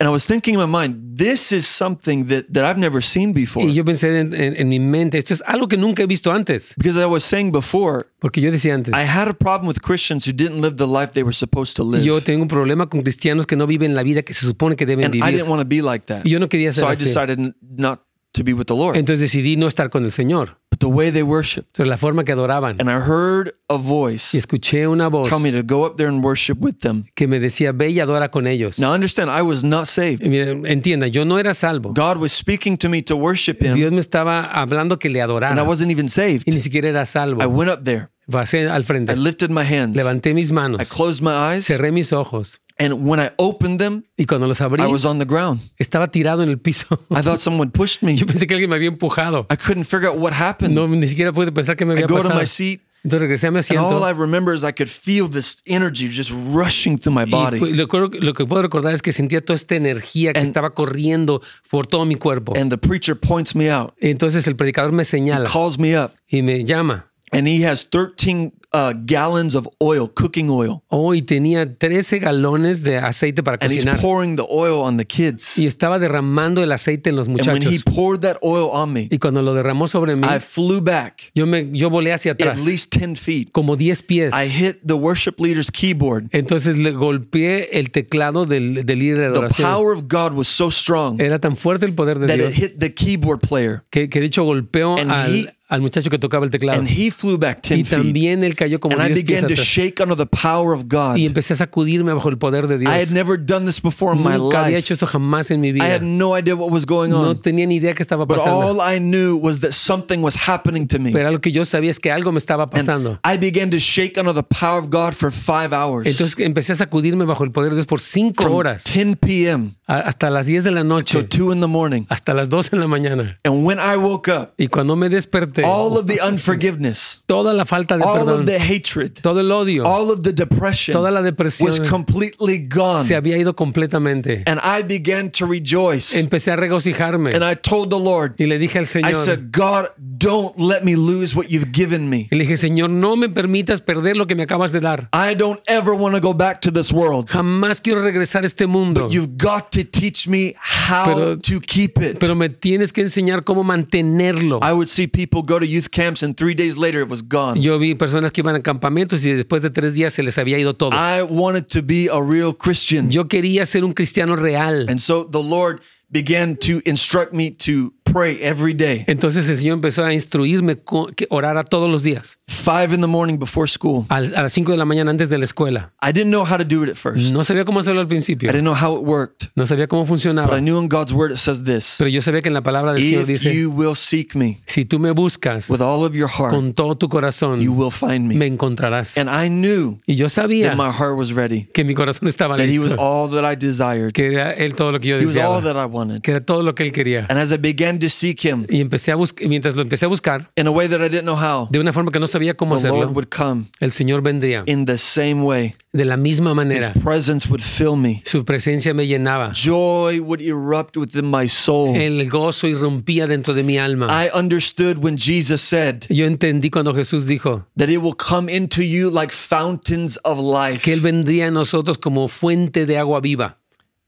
Speaker 4: And I was thinking in my mind, this is something that, that I've never seen before.
Speaker 3: Y yo pensé en, en- en mi mente, esto es algo que nunca he visto antes.
Speaker 4: Because I was saying before,
Speaker 3: Porque yo decía antes,
Speaker 4: I had a problem with Christians who didn't live the life they were supposed to live.
Speaker 3: yo tengo un problema con cristianos que no viven la vida que se supone que deben
Speaker 4: and I
Speaker 3: vivir.
Speaker 4: didn't want to be like that.
Speaker 3: Y yo no quería ser
Speaker 4: so I
Speaker 3: así.
Speaker 4: decided n- not to be with the Lord.
Speaker 3: Entonces decidí no estar con el Señor.
Speaker 4: but the way they worshiped.
Speaker 3: Entonces la forma que adoraban.
Speaker 4: And I heard a voice
Speaker 3: Y escuché una voz
Speaker 4: tell me to go up there and worship with them.
Speaker 3: que me decía, ve y adora con ellos.
Speaker 4: Now understand, I was not saved.
Speaker 3: Y miren, Entienda, yo no era salvo.
Speaker 4: God was speaking to me to worship Him,
Speaker 3: Dios me estaba hablando que le
Speaker 4: and I
Speaker 3: adorara.
Speaker 4: wasn't even
Speaker 3: Y ni
Speaker 4: saved.
Speaker 3: siquiera era salvo.
Speaker 4: I went up there.
Speaker 3: Pasé al
Speaker 4: I
Speaker 3: frente.
Speaker 4: lifted my hands.
Speaker 3: Levanté mis
Speaker 4: I
Speaker 3: manos.
Speaker 4: closed my eyes.
Speaker 3: Cerré mis ojos.
Speaker 4: And when I opened them,
Speaker 3: Y cuando los abrí,
Speaker 4: I was on the ground.
Speaker 3: estaba tirado en el piso.
Speaker 4: I thought someone pushed me.
Speaker 3: Yo pensé que alguien me había empujado.
Speaker 4: I couldn't figure out what happened.
Speaker 3: No, ni siquiera pude pensar que me
Speaker 4: I
Speaker 3: había
Speaker 4: go to
Speaker 3: pasado.
Speaker 4: my seat,
Speaker 3: Entonces regresé a mi
Speaker 4: and all I
Speaker 3: asiento.
Speaker 4: remember is I could feel this energy just rushing through my
Speaker 3: Y pues,
Speaker 4: body.
Speaker 3: lo, que- lo que puedo recordar es que sentía toda esta energía que
Speaker 4: And-
Speaker 3: estaba corriendo por todo mi cuerpo.
Speaker 4: And the preacher points me out,
Speaker 3: Entonces el predicador me señala
Speaker 4: calls me up,
Speaker 3: y me llama.
Speaker 4: and he has 13 uh, gallons of oil, cooking oil.
Speaker 3: Hoy tenía 13 galones de aceite para
Speaker 4: And he's
Speaker 3: cocinar
Speaker 4: pouring the oil on the kids.
Speaker 3: y estaba derramando el aceite en los
Speaker 4: And when he
Speaker 3: muchachos.
Speaker 4: poured that oil on me,
Speaker 3: Y cuando lo derramó sobre mí,
Speaker 4: I flew back
Speaker 3: yo, me, yo volé hacia
Speaker 4: at
Speaker 3: atrás,
Speaker 4: least 10 feet.
Speaker 3: como 10 pies.
Speaker 4: I hit the worship leader's keyboard.
Speaker 3: Entonces le golpeé el teclado del, del líder de
Speaker 4: The
Speaker 3: adoración.
Speaker 4: power of God was so strong
Speaker 3: Era tan fuerte el poder de
Speaker 4: that it
Speaker 3: Dios
Speaker 4: hit the keyboard player.
Speaker 3: que, que de hecho golpeó
Speaker 4: And
Speaker 3: al,
Speaker 4: he-
Speaker 3: al muchacho que tocaba el teclado.
Speaker 4: And he flew back
Speaker 3: Y
Speaker 4: 10 feet.
Speaker 3: también él cayó como
Speaker 4: And I
Speaker 3: 10 pies
Speaker 4: began to
Speaker 3: atrás.
Speaker 4: shake under the power of God.
Speaker 3: Y empecé a sacudirme bajo el poder de Dios.
Speaker 4: I had never done this before in my
Speaker 3: Nunca había hecho
Speaker 4: life.
Speaker 3: eso jamás en mi
Speaker 4: I
Speaker 3: vida.
Speaker 4: had no idea what was going
Speaker 3: No
Speaker 4: on.
Speaker 3: tenía ni idea qué estaba
Speaker 4: But
Speaker 3: pasando.
Speaker 4: all I knew was that something was happening to me.
Speaker 3: Pero lo que yo sabía es que algo me estaba pasando.
Speaker 4: I began to shake under the power of God for five hours.
Speaker 3: Entonces empecé a sacudirme bajo el poder de Dios por cinco
Speaker 4: From
Speaker 3: horas,
Speaker 4: 10 p.m.
Speaker 3: a- hasta las 10 de la
Speaker 4: to
Speaker 3: noche,
Speaker 4: 2 in the morning.
Speaker 3: hasta las 2 en la mañana.
Speaker 4: And when I woke up,
Speaker 3: Y cuando me desperté,
Speaker 4: all of the unforgiveness,
Speaker 3: toda la falta de
Speaker 4: all of
Speaker 3: perdón,
Speaker 4: the hatred,
Speaker 3: todo el odio,
Speaker 4: all of the depression
Speaker 3: toda la
Speaker 4: was
Speaker 3: depresión
Speaker 4: completely gone.
Speaker 3: se había ido completamente.
Speaker 4: And I began to rejoice.
Speaker 3: Empecé a regocijarme
Speaker 4: And I told the Lord,
Speaker 3: y le dije al
Speaker 4: I
Speaker 3: Señor,
Speaker 4: said, God, don't let me lose what you've given me.
Speaker 3: y le dije, Señor, no me permitas perder lo que me acabas de dar.
Speaker 4: I don't ever want to go back to this world.
Speaker 3: Jamás quiero regresar a este mundo,
Speaker 4: You've got to teach me how
Speaker 3: Pero-
Speaker 4: to keep it.
Speaker 3: pero me tienes que enseñar cómo mantenerlo.
Speaker 4: I would see people go to youth camps and three days later it was gone.
Speaker 3: Yo vi personas que iban a campamentos y después de tres días se les había ido todo.
Speaker 4: I wanted to be a real Christian.
Speaker 3: Yo quería ser un cristiano real.
Speaker 4: And so the Lord began to instruct me to pray every day.
Speaker 3: Entonces el Señor empezó a instruirme co- que orara todos los días,
Speaker 4: Five in the morning before school.
Speaker 3: al- a las 5 de la mañana antes de la escuela.
Speaker 4: I didn't know how to do it at first.
Speaker 3: No sabía cómo hacerlo al
Speaker 4: I
Speaker 3: principio,
Speaker 4: didn't know how it worked.
Speaker 3: no sabía cómo
Speaker 4: But I
Speaker 3: funcionaba,
Speaker 4: knew in God's word it says this
Speaker 3: pero yo sabía que en la palabra del Señor
Speaker 4: If
Speaker 3: dice,
Speaker 4: you will seek me
Speaker 3: si tú me buscas
Speaker 4: with all of your heart,
Speaker 3: con todo tu
Speaker 4: you
Speaker 3: corazón,
Speaker 4: will find
Speaker 3: me
Speaker 4: me.
Speaker 3: encontrarás.
Speaker 4: And I knew
Speaker 3: Y yo sabía
Speaker 4: that my heart was ready,
Speaker 3: que mi corazón estaba
Speaker 4: that He was
Speaker 3: listo,
Speaker 4: all that I desired,
Speaker 3: que era Él todo lo que yo
Speaker 4: He was all
Speaker 3: deseaba,
Speaker 4: that I wanted.
Speaker 3: que era todo lo que Él quería.
Speaker 4: And as I began time to seek Him
Speaker 3: Y empecé a buscar, mientras lo empecé a buscar,
Speaker 4: in a way that I didn't know how.
Speaker 3: de una forma que no sabía cómo
Speaker 4: The
Speaker 3: hacerlo,
Speaker 4: Lord would come
Speaker 3: el Señor vendría
Speaker 4: in the same way.
Speaker 3: de la misma
Speaker 4: His
Speaker 3: manera.
Speaker 4: presence would fill me.
Speaker 3: Su presencia me llenaba.
Speaker 4: Joy would erupt within my soul.
Speaker 3: El gozo irrumpía dentro de mi alma.
Speaker 4: I understood when Jesus said
Speaker 3: Yo entendí cuando Jesús dijo
Speaker 4: that it will come into you like fountains of life.
Speaker 3: que Él vendría a nosotros como fuente de agua viva.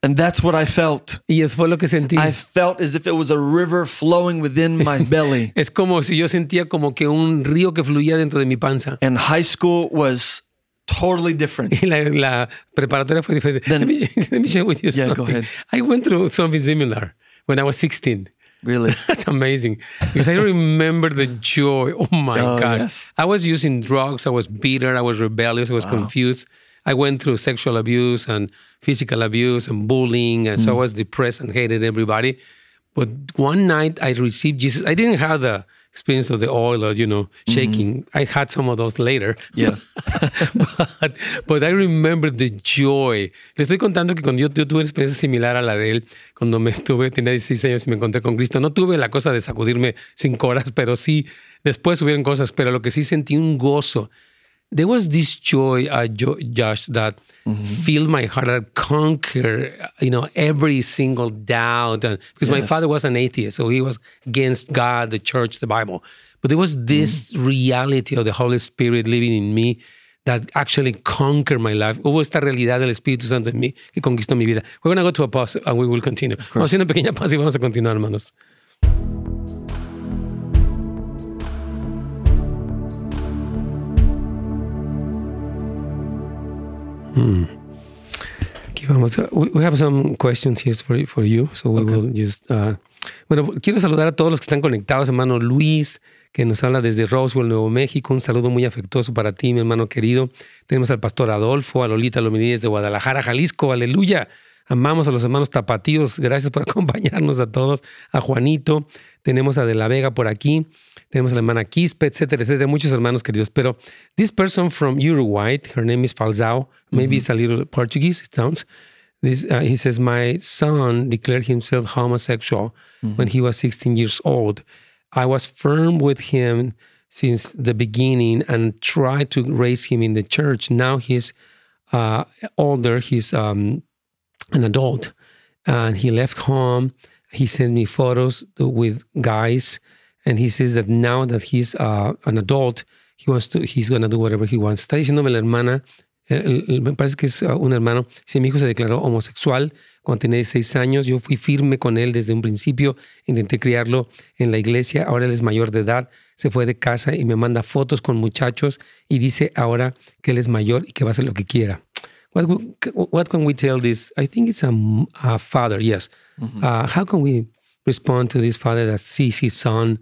Speaker 4: And that's what I felt.
Speaker 3: Y eso fue lo que sentí.
Speaker 4: I felt as if it was a river flowing within my belly.
Speaker 3: Es como si yo sentía como que un río que fluía dentro de mi panza.
Speaker 4: And high school was totally different.
Speaker 3: Y la, la preparatoria fue diferente.
Speaker 4: Then-
Speaker 3: let, me, let me share with you
Speaker 4: Yeah, go
Speaker 3: something.
Speaker 4: ahead.
Speaker 3: I went through something similar when I was 16.
Speaker 4: Really?
Speaker 3: That's amazing because I remember the joy. Oh my
Speaker 4: Oh,
Speaker 3: gosh.
Speaker 4: yes.
Speaker 3: I was using drugs. I was bitter. I was rebellious. I was confused. I went through sexual abuse and physical abuse and bullying. And
Speaker 4: Mm.
Speaker 3: so I was depressed and hated everybody. But one night I received Jesus. I didn't have the experience of the oil or, you know,
Speaker 4: Mm-hmm.
Speaker 3: shaking. I had some of those later.
Speaker 4: Yeah.
Speaker 3: but, but I remember the joy. Le estoy contando que cuando yo, yo tuve una experiencia similar a la de él, cuando me tuve, tenía 16 años y me encontré con Cristo, no tuve la cosa de sacudirme cinco horas, pero sí, después hubieron cosas, pero lo que sí sentí un gozo. There was this joy, uh, jo- Josh, that filled my heart, that conquered, uh, you know, every single doubt. And, because my father was an atheist, so he was against God, the church, the Bible. But there was this reality of the Holy Spirit living in me that actually conquered my life. Hubo esta realidad del Espíritu Santo en mí que conquistó mi vida. We're going to go to a pause and we will continue. Vamos a hacer una pequeña pausa y vamos a continuar, hermanos. Aquí vamos. Uh, We we have some questions here for, for you, so we will just... uh, bueno, quiero saludar a todos los que están conectados, hermano Luis, que nos habla desde Roswell, Nuevo México. Un saludo muy afectuoso para ti, mi hermano querido. Tenemos al pastor Adolfo, a Lolita Lominides de Guadalajara, Jalisco. Aleluya. Amamos a los hermanos tapatíos. Gracias por acompañarnos a todos. A Juanito. Tenemos a De la Vega por aquí. Tenemos a la hermana Quispe, etcétera, etcétera. Muchos hermanos queridos. Pero this person from Uruguay, her name is Falzao. Maybe it's a little Portuguese, it sounds. This, uh, he says, My son declared himself homosexual when he was 16 years old. I was firm with him since the beginning and tried to raise him in the church. Now he's uh, older, he's um, an adult, and he left home. He sent me photos with guys, and he says that now that he's uh, an adult, he wants to. He's gonna do whatever he wants. Está diciéndome la hermana, eh, el- el- me parece que es uh, un hermano. Si mi hijo se declaró homosexual cuando tenía 16 años, yo fui firme con él desde un principio. Intenté criarlo en la iglesia. Ahora él es mayor de edad. Se fue de casa y me manda fotos con muchachos y dice ahora que él es mayor y que va a hacer lo que quiera. What w- c- what can we tell this? I think it's a, m- a father. Yes.
Speaker 4: Mm-hmm.
Speaker 3: Uh, how can we respond to this father that sees his son?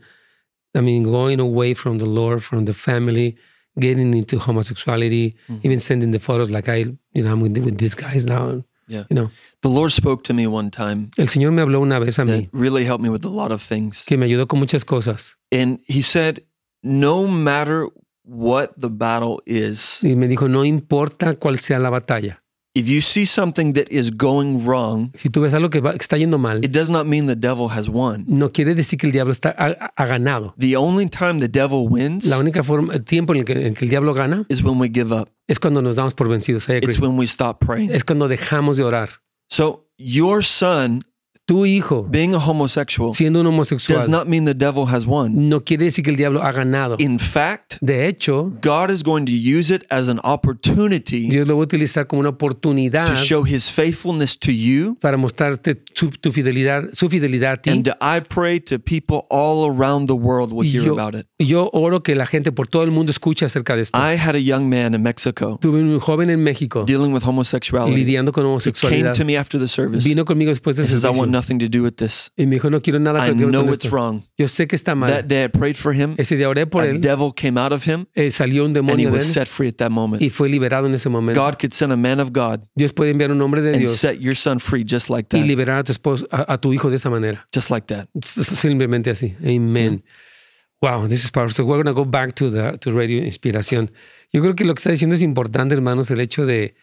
Speaker 3: I mean, going away from the Lord, from the family, getting into homosexuality,
Speaker 4: Mm-hmm.
Speaker 3: even sending the photos like I, you know, I'm with, with these guys now.
Speaker 4: Yeah.
Speaker 3: You know,
Speaker 4: The Lord spoke to me one time
Speaker 3: el Señor me habló una vez a
Speaker 4: that
Speaker 3: mí
Speaker 4: really helped me with a lot of things.
Speaker 3: que me ayudó con muchas cosas
Speaker 4: And He said, No matter what the battle is,
Speaker 3: y me dijo no importa cuál sea la batalla.
Speaker 4: if you see something that is going wrong,
Speaker 3: Si tú ves algo que, va- que está yendo mal,
Speaker 4: it does not mean the devil has won.
Speaker 3: no quiere decir que el diablo está ha, ha ganado.
Speaker 4: The only time the devel wins
Speaker 3: La única forma, el tiempo en el que, en que el diablo gana
Speaker 4: is when we give up.
Speaker 3: es cuando nos damos por vencidos. I agree.
Speaker 4: It's when we stop praying.
Speaker 3: Es cuando dejamos de orar.
Speaker 4: So your son
Speaker 3: Tu hijo
Speaker 4: being a homosexual
Speaker 3: siendo un
Speaker 4: does
Speaker 3: homosexual
Speaker 4: not mean the devil has won.
Speaker 3: no quiere decir que el diablo ha ganado.
Speaker 4: In fact,
Speaker 3: De hecho,
Speaker 4: God is going to use it as an opportunity
Speaker 3: Dios lo va a utilizar como una oportunidad
Speaker 4: to show his faithfulness to you.
Speaker 3: para mostrarte su, tu fidelidad, su fidelidad a ti.
Speaker 4: And I pray to people all around the world will
Speaker 3: Y
Speaker 4: hear
Speaker 3: yo,
Speaker 4: about it. Ah.
Speaker 3: y yo oro que la gente por todo el mundo escuche acerca de esto.
Speaker 4: I had a young man in Mexico
Speaker 3: Tuve un joven en México
Speaker 4: dealing with homosexuality.
Speaker 3: lidiando con
Speaker 4: He came
Speaker 3: homosexualidad.
Speaker 4: to me after the service. He
Speaker 3: Vino conmigo después del
Speaker 4: says, I want
Speaker 3: servicio
Speaker 4: nothing to do with this.
Speaker 3: y me dijo, no quiero nada
Speaker 4: I
Speaker 3: contigo
Speaker 4: know
Speaker 3: con
Speaker 4: it's
Speaker 3: esto".
Speaker 4: wrong.
Speaker 3: Yo sé que está
Speaker 4: That
Speaker 3: mal.
Speaker 4: day I prayed for him.
Speaker 3: Ese día oré por
Speaker 4: A
Speaker 3: él,
Speaker 4: devil came out of him
Speaker 3: eh, salió un
Speaker 4: and he
Speaker 3: demonio de
Speaker 4: was
Speaker 3: él
Speaker 4: set free at that
Speaker 3: y
Speaker 4: moment.
Speaker 3: fue liberado en ese momento.
Speaker 4: God could send a man of God
Speaker 3: Dios puede enviar un hombre de
Speaker 4: and
Speaker 3: Dios
Speaker 4: set your son free just like
Speaker 3: y
Speaker 4: that.
Speaker 3: liberar a tu esposo, a, a tu hijo de esa manera.
Speaker 4: Just like that.
Speaker 3: Simplemente así. Amen. Wow, this is powerful. So we're going to go back to the to Radio Inspiración. Yo creo que lo que está diciendo es importante, hermanos, el hecho de.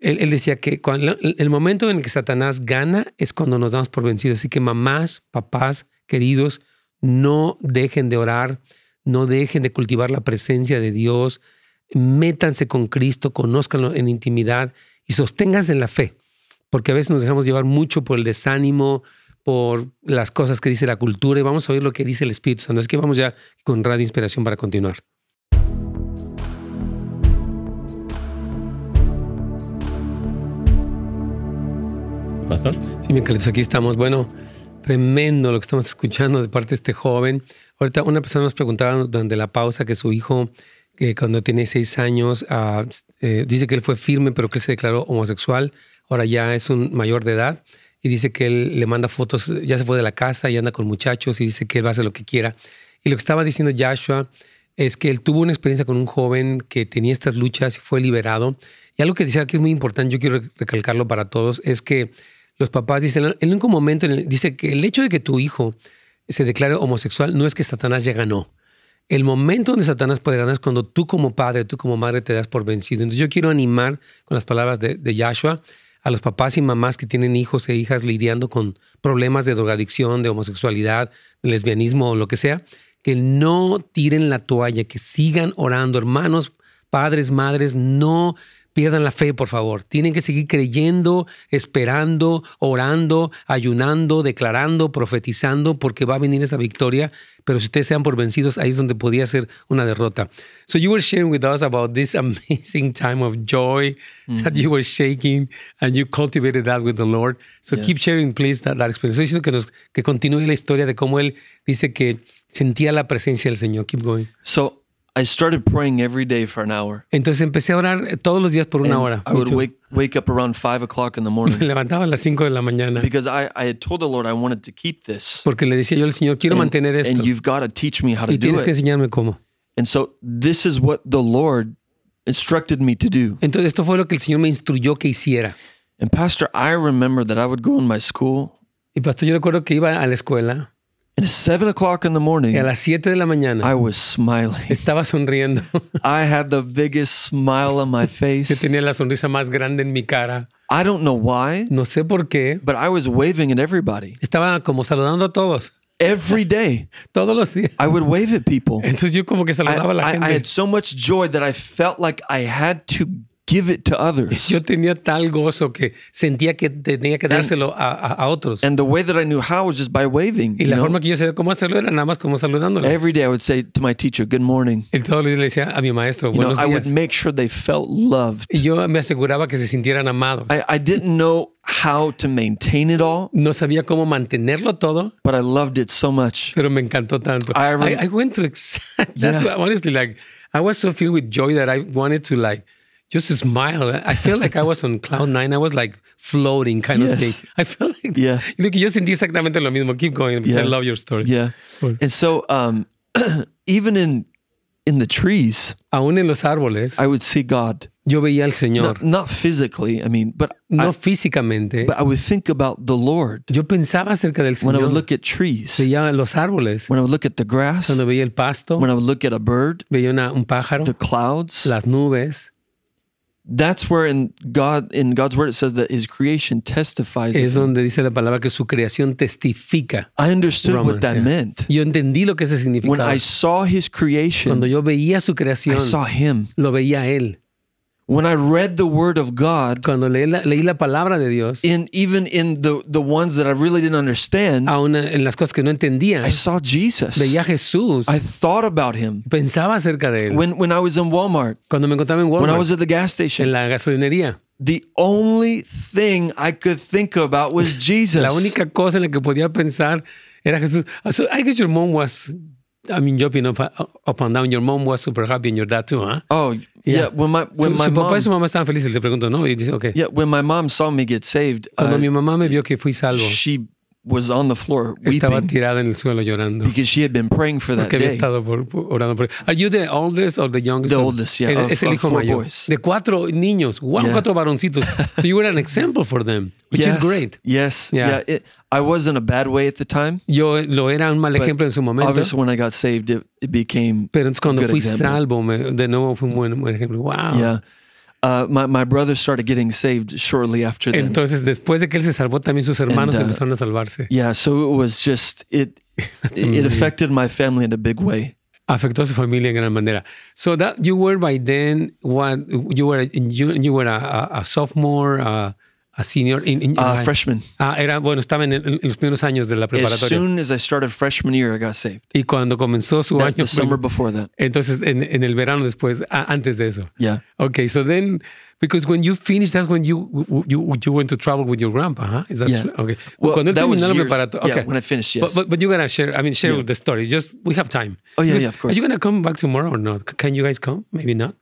Speaker 3: Él, él decía que cuando, el momento en el que Satanás gana es cuando nos damos por vencidos. Así que mamás, papás, queridos, no dejen de orar, no dejen de cultivar la presencia de Dios, métanse con Cristo, conózcanlo en intimidad y sosténganse en la fe, porque a veces nos dejamos llevar mucho por el desánimo, por las cosas que dice la cultura y vamos a oír lo que dice el Espíritu Santo. Es que vamos ya con Radio Inspiración para continuar.
Speaker 2: Pastor.
Speaker 3: Sí, bien, queridos, aquí estamos. Bueno, tremendo lo que estamos escuchando de parte de este joven. Ahorita una persona nos preguntaba durante la pausa que su hijo, que cuando tiene seis años, ah, eh, dice que él fue firme, pero que se declaró homosexual. Ahora ya es un mayor de edad y dice que él le manda fotos, ya se fue de la casa y anda con muchachos y dice que él va a hacer lo que quiera. Y lo que estaba diciendo Joshua es que él tuvo una experiencia con un joven que tenía estas luchas y fue liberado. Y algo que decía que es muy importante, yo quiero recalcarlo para todos, es que los papás dicen, en ningún momento, en el- dice que el hecho de que tu hijo se declare homosexual no es que Satanás ya ganó. El momento donde Satanás puede ganar es cuando tú como padre, tú como madre te das por vencido. Entonces yo quiero animar con las palabras de, de Joshua a los papás y mamás que tienen hijos e hijas lidiando con problemas de drogadicción, de homosexualidad, de lesbianismo o lo que sea, que no tiren la toalla, que sigan orando. Hermanos, padres, madres, no pierdan la fe, por favor. Tienen que seguir creyendo, esperando, orando, ayunando, declarando, profetizando, porque va a venir esa victoria. Pero si ustedes sean por vencidos, ahí es donde podía ser una derrota. So you were sharing with us about this amazing time of joy
Speaker 4: Mm-hmm.
Speaker 3: that you were shaking and you cultivated that with the Lord. So keep sharing, please, that, that experience. Estoy diciendo que, nos, que continúe la historia de cómo él dice que sentía la presencia del Señor. Keep going.
Speaker 4: So I started praying every day for an hour.
Speaker 3: Entonces empecé a orar todos los días por una
Speaker 4: And
Speaker 3: hora.
Speaker 4: I would
Speaker 3: Me
Speaker 4: wake, wake up around five o'clock in the morning
Speaker 3: levantaba a las 5 de la mañana.
Speaker 4: because I, I had told the Lord I wanted to keep this.
Speaker 3: Porque le decía yo al Señor, quiero
Speaker 4: And,
Speaker 3: mantener esto.
Speaker 4: and you've got to teach me how to
Speaker 3: Y
Speaker 4: do
Speaker 3: tienes que
Speaker 4: it.
Speaker 3: enseñarme cómo.
Speaker 4: And so this is what the Lord instructed me to do.
Speaker 3: Entonces, esto fue lo que el Señor me instruyó que hiciera.
Speaker 4: And Pastor, I remember that I would go in my school
Speaker 3: Y pastor, yo recuerdo que iba a la escuela
Speaker 4: and at seven o'clock in the
Speaker 3: y a
Speaker 4: morning,
Speaker 3: las 7 de la mañana
Speaker 4: I was smiling.
Speaker 3: estaba sonriendo.
Speaker 4: I had the biggest smile on my
Speaker 3: Yo
Speaker 4: face.
Speaker 3: tenía la sonrisa más grande en mi cara.
Speaker 4: I don't know why,
Speaker 3: No sé por qué.
Speaker 4: but I was waving at everybody
Speaker 3: Estaba como saludando a todos,
Speaker 4: every day.
Speaker 3: todos los días.
Speaker 4: I would wave at people.
Speaker 3: Entonces yo como que
Speaker 4: I,
Speaker 3: saludaba a la
Speaker 4: I- I had
Speaker 3: gente.
Speaker 4: so much joy that I felt like I had to give it to others.
Speaker 3: Yo tenía tal gozo que sentía que tenía que dárselo a, a- a otros.
Speaker 4: And the way that I knew how was just by waving.
Speaker 3: Y
Speaker 4: you
Speaker 3: la
Speaker 4: know?
Speaker 3: forma que yo sabía cómo hacerlo era nada más como saludándole.
Speaker 4: Every day I would say to my teacher, Good morning.
Speaker 3: Y todos los días le decía a mi maestro,
Speaker 4: You know,
Speaker 3: buenos
Speaker 4: I would
Speaker 3: días.
Speaker 4: make sure they felt loved.
Speaker 3: Y yo me aseguraba que se sintieran amados.
Speaker 4: I, I didn't know how to maintain it all,
Speaker 3: No sabía cómo mantenerlo todo,
Speaker 4: but I loved it so much.
Speaker 3: pero me encantó tanto.
Speaker 4: I re-
Speaker 3: I, I went to ex- that's
Speaker 4: Yeah.
Speaker 3: what- honestly like I was so filled with joy that I wanted to like just smile. I felt like I was on cloud nine. I was like floating kind of
Speaker 4: Yes.
Speaker 3: thing. I felt like
Speaker 4: Yeah.
Speaker 3: Y lo que yo sentí exactamente lo mismo. Keep going. because I
Speaker 4: Yeah.
Speaker 3: love your story.
Speaker 4: Yeah.
Speaker 3: Cool.
Speaker 4: And so um, even in in the trees,
Speaker 3: Aún en los árboles
Speaker 4: I would see God.
Speaker 3: yo veía al Señor,
Speaker 4: Not, not physically, I mean, but
Speaker 3: no,
Speaker 4: I,
Speaker 3: físicamente.
Speaker 4: but I would think about the Lord
Speaker 3: Yo pensaba acerca del
Speaker 4: when I
Speaker 3: Señor.
Speaker 4: would look at trees,
Speaker 3: veía los árboles,
Speaker 4: when I would look at the grass,
Speaker 3: cuando veía el pasto,
Speaker 4: when I would look at a bird,
Speaker 3: veía una- un pájaro,
Speaker 4: the clouds.
Speaker 3: las nubes.
Speaker 4: That's where in God in God's word it says that his creation testifies. of
Speaker 3: es
Speaker 4: him.
Speaker 3: donde dice la palabra que su creación testifica.
Speaker 4: I understood
Speaker 3: Romans,
Speaker 4: what that
Speaker 3: yeah.
Speaker 4: meant.
Speaker 3: Yo entendí lo que ese
Speaker 4: When
Speaker 3: significaba.
Speaker 4: I saw his
Speaker 3: Cuando
Speaker 4: creation,
Speaker 3: yo veía su creación,
Speaker 4: I saw him.
Speaker 3: lo veía a él.
Speaker 4: When I read the word of God,
Speaker 3: Cuando leí la, leí la palabra de Dios,
Speaker 4: in even in the the ones that I really didn't understand,
Speaker 3: aún en las cosas que no entendía,
Speaker 4: I saw Jesus.
Speaker 3: veía a Jesús,
Speaker 4: I thought about him.
Speaker 3: pensaba acerca de él.
Speaker 4: When when I was in Walmart,
Speaker 3: Cuando me encontraba en
Speaker 4: when I
Speaker 3: Walmart,
Speaker 4: was at the gas station,
Speaker 3: en la gasolinería,
Speaker 4: the only thing I could think about was Jesus.
Speaker 3: la única cosa en la que podía pensar era Jesús. Ah, So, I guess your mom was, I mean, jumping up, up and down. Your mom was super happy and your dad too, huh?
Speaker 4: Oh yeah. When my when
Speaker 3: su,
Speaker 4: my
Speaker 3: su papá
Speaker 4: mom
Speaker 3: y su mamá estaban felices, le pregunto, ¿no? Y dice, ok.
Speaker 4: yeah when my mom saw me get saved,
Speaker 3: Cuando
Speaker 4: uh,
Speaker 3: mi mamá me vio que fui salvo,
Speaker 4: she was on the floor
Speaker 3: estaba
Speaker 4: weeping Ah,
Speaker 3: tirada en el suelo llorando.
Speaker 4: because she had been praying for that
Speaker 3: Porque había
Speaker 4: day.
Speaker 3: estado por- por- orando por Are you the oldest or the youngest?
Speaker 4: The
Speaker 3: of-
Speaker 4: oldest, yeah,
Speaker 3: Eres-
Speaker 4: of-
Speaker 3: es el
Speaker 4: of
Speaker 3: hijo
Speaker 4: four
Speaker 3: mayor.
Speaker 4: boys.
Speaker 3: De cuatro niños. Wow,
Speaker 4: Yeah.
Speaker 3: cuatro varoncitos. So you were an example for them, which
Speaker 4: yes,
Speaker 3: is great.
Speaker 4: Yes.
Speaker 3: Yeah.
Speaker 4: Yeah. it, I was in a bad way at the time.
Speaker 3: Yo lo era un mal ejemplo en su momento.
Speaker 4: Obviously, when I got saved, it, it became
Speaker 3: pero entonces cuando ah.
Speaker 4: good
Speaker 3: fui
Speaker 4: example.
Speaker 3: salvo, me- de nuevo fue un buen, buen ejemplo. Wow.
Speaker 4: Yeah. uh, my, my brother started getting saved shortly after that.
Speaker 3: Entonces, después de que él se salvó, también sus hermanos
Speaker 4: And, uh,
Speaker 3: empezaron a salvarse.
Speaker 4: yeah, so it was just it it, it affected my family in a big way.
Speaker 3: Afectó a su familia en gran manera. So that you were by then what you were you, you were a, a- a sophomore, a, a senior in, in-
Speaker 4: Uh,
Speaker 3: ah,
Speaker 4: freshman.
Speaker 3: ah, era bueno, estaba en, en los primeros años de la
Speaker 4: As
Speaker 3: preparatoria.
Speaker 4: soon as I started freshman year, I got saved.
Speaker 3: y cuando comenzó su
Speaker 4: That-
Speaker 3: año,
Speaker 4: the summer before that.
Speaker 3: entonces en, en el verano después, ah, antes de eso.
Speaker 4: Yeah.
Speaker 3: Okay, so then because when you finished, that's when you you you went to travel with your grandpa, huh? Is that
Speaker 4: Yeah.
Speaker 3: true? okay? Cuando él
Speaker 4: that was
Speaker 3: terminó la
Speaker 4: years-
Speaker 3: preparatoria,
Speaker 4: Yeah,
Speaker 3: okay.
Speaker 4: when I finished,
Speaker 3: But,
Speaker 4: yes.
Speaker 3: but but you gotta share. I mean, share
Speaker 4: Yeah.
Speaker 3: the story. Just we have time.
Speaker 4: Oh, yeah,
Speaker 3: Because-
Speaker 4: yeah, of course.
Speaker 3: Are you gonna come back tomorrow or not? C- Can you guys come? Maybe not.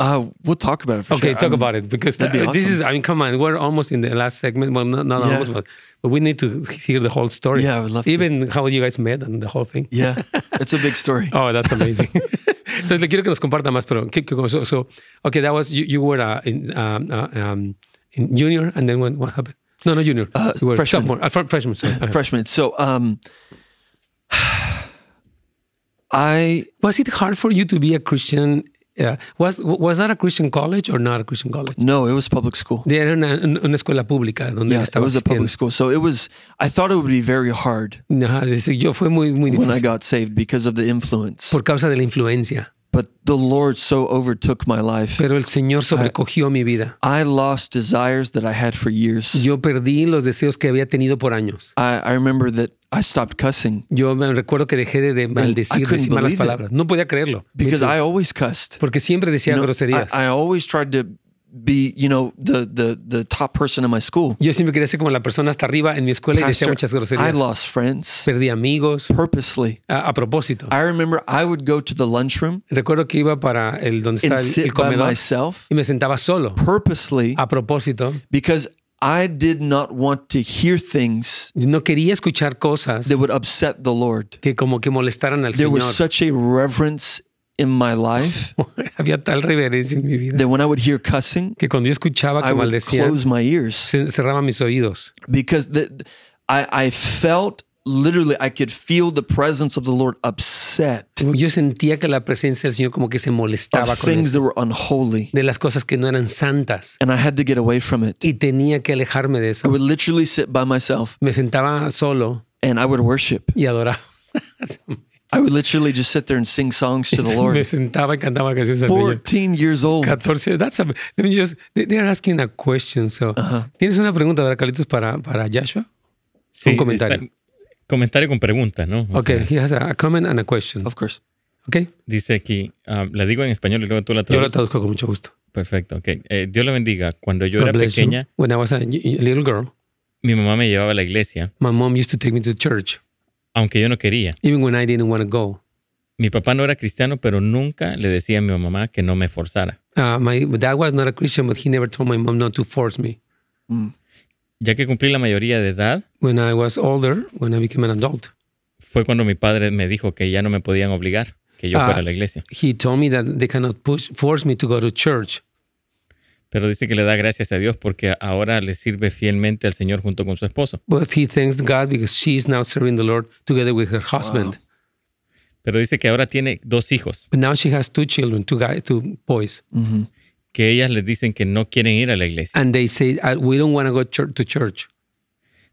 Speaker 4: uh, we'll talk about it for
Speaker 3: okay,
Speaker 4: sure.
Speaker 3: talk
Speaker 4: I'm-
Speaker 3: about it because
Speaker 4: that'd be
Speaker 3: th- this
Speaker 4: awesome.
Speaker 3: is. I mean, come on, we're almost in the last segment. Well, not, not
Speaker 4: Yeah.
Speaker 3: almost, but, but we need to hear the whole story.
Speaker 4: Yeah, I would love to.
Speaker 3: Even how you guys met and the whole thing.
Speaker 4: Yeah, it's a big story.
Speaker 3: Oh, that's amazing. Entonces le quiero que nos comparta más, pero keep, keep going. So, so, okay, that was you, you were uh, in, um, uh, um, in junior, and then when, what happened? No, no, junior.
Speaker 4: Uh,
Speaker 3: you were
Speaker 4: freshman.
Speaker 3: sophomore, uh, fr- freshman. Sorry. Uh,
Speaker 4: freshman. So, um, I
Speaker 3: was it hard for you to be a Christian? Uh, was was that a Christian college or not a Christian college?
Speaker 4: no, it was public school.
Speaker 3: De- Era una, una escuela pública donde
Speaker 4: Yeah, it
Speaker 3: estaba
Speaker 4: was a public
Speaker 3: asistiendo.
Speaker 4: school. So it was. I thought it would be very hard
Speaker 3: Ajá, es decir, yo fue muy muy
Speaker 4: when I
Speaker 3: difícil
Speaker 4: got saved because of the influence.
Speaker 3: por causa de la influencia,
Speaker 4: But the Lord so overtook my life.
Speaker 3: pero el Señor sobrecogió mi vida.
Speaker 4: I lost desires that I had for years.
Speaker 3: Yo perdí los deseos que había tenido por años.
Speaker 4: I, I remember that I stopped cussing
Speaker 3: Yo me recuerdo que dejé de- de maldecir,
Speaker 4: couldn't
Speaker 3: decir malas
Speaker 4: believe it.
Speaker 3: palabras. No podía creerlo.
Speaker 4: because I always cussed.
Speaker 3: Porque siempre decía
Speaker 4: You know,
Speaker 3: groserías.
Speaker 4: I, I always tried to be, you know, the the the top person in my school.
Speaker 3: Yo siempre quería ser como la persona hasta arriba en mi escuela y decía
Speaker 4: Pastor,
Speaker 3: muchas
Speaker 4: I
Speaker 3: groserías.
Speaker 4: lost friends
Speaker 3: Perdí amigos
Speaker 4: purposely.
Speaker 3: a, a propósito.
Speaker 4: I remember I would go to the lunchroom
Speaker 3: Recuerdo que iba para el donde
Speaker 4: and
Speaker 3: está el- el,
Speaker 4: sit by
Speaker 3: comedor
Speaker 4: myself
Speaker 3: y me sentaba solo
Speaker 4: purposely
Speaker 3: a propósito.
Speaker 4: because I did not want to hear things
Speaker 3: No quería escuchar cosas
Speaker 4: that would upset the Lord.
Speaker 3: que como que molestaran al
Speaker 4: There
Speaker 3: Señor.
Speaker 4: was such a reverence in my life
Speaker 3: Había tal reverencia en mi vida
Speaker 4: that when I would hear cussing,
Speaker 3: que cuando yo escuchaba
Speaker 4: I
Speaker 3: que
Speaker 4: would
Speaker 3: maldecían,
Speaker 4: close my ears
Speaker 3: se- cerraba mis oídos.
Speaker 4: because the, I, I felt literally I could feel the presence of the Lord upset
Speaker 3: Yo sentía que la presencia del Señor como que se molestaba
Speaker 4: of
Speaker 3: con
Speaker 4: things
Speaker 3: eso,
Speaker 4: that were unholy,
Speaker 3: de las cosas que no eran santas
Speaker 4: and I had to get away from it.
Speaker 3: y tenía que alejarme de
Speaker 4: I
Speaker 3: eso.
Speaker 4: would literally sit by myself
Speaker 3: Me sentaba solo
Speaker 4: and I would worship.
Speaker 3: y adoraba.
Speaker 4: I would literally just sit there and sing songs to the
Speaker 3: Me
Speaker 4: Lord.
Speaker 3: sentaba y cantaba canciones al Señor.
Speaker 4: 14 years old.
Speaker 3: 14. That's a, let me just, they- they're asking a question. So, ¿Tienes una pregunta, ¿verdad, Carlitos, para, para Joshua?
Speaker 2: Sí,
Speaker 3: un comentario.
Speaker 2: está- comentario con preguntas, ¿no? O
Speaker 3: Ok,
Speaker 2: sea,
Speaker 3: he has a, a comment and a question.
Speaker 4: Of course.
Speaker 3: Ok,
Speaker 2: dice aquí, ah, la digo en español y luego tú la
Speaker 3: yo lo
Speaker 2: traduces.
Speaker 3: traduzco con mucho gusto.
Speaker 2: Perfecto, ok. Eh, Dios la bendiga. Cuando yo
Speaker 3: God
Speaker 2: era
Speaker 3: bless you.
Speaker 2: pequeña,
Speaker 3: When I was a, y- y- little girl,
Speaker 2: mi mamá me llevaba a la iglesia,
Speaker 3: my mom used to take me to church,
Speaker 2: aunque yo no quería.
Speaker 3: even when I didn't want to go.
Speaker 2: Mi papá no era cristiano, pero nunca le decía a mi mamá que no me forzara.
Speaker 3: Uh, my dad was not a Christian, but he never told my mom not to force me.
Speaker 2: Ya que cumplí la mayoría de edad,
Speaker 3: When I was older, when I became an adult,
Speaker 2: fue cuando mi padre me dijo que ya no me podían obligar que yo
Speaker 3: Ah.
Speaker 2: fuera a la iglesia.
Speaker 3: he told me that they cannot push force me to go to church.
Speaker 2: Pero dice que le da gracias a Dios porque ahora le sirve fielmente al Señor junto con su esposo.
Speaker 3: But he thanks God because she is now serving the Lord together with her husband.
Speaker 2: Pero dice que ahora tiene dos hijos,
Speaker 3: But now she has two children, two guys, two boys,
Speaker 2: que ellas les dicen que no quieren ir a la iglesia.
Speaker 3: and they say "I- we don't want to go chur- to church.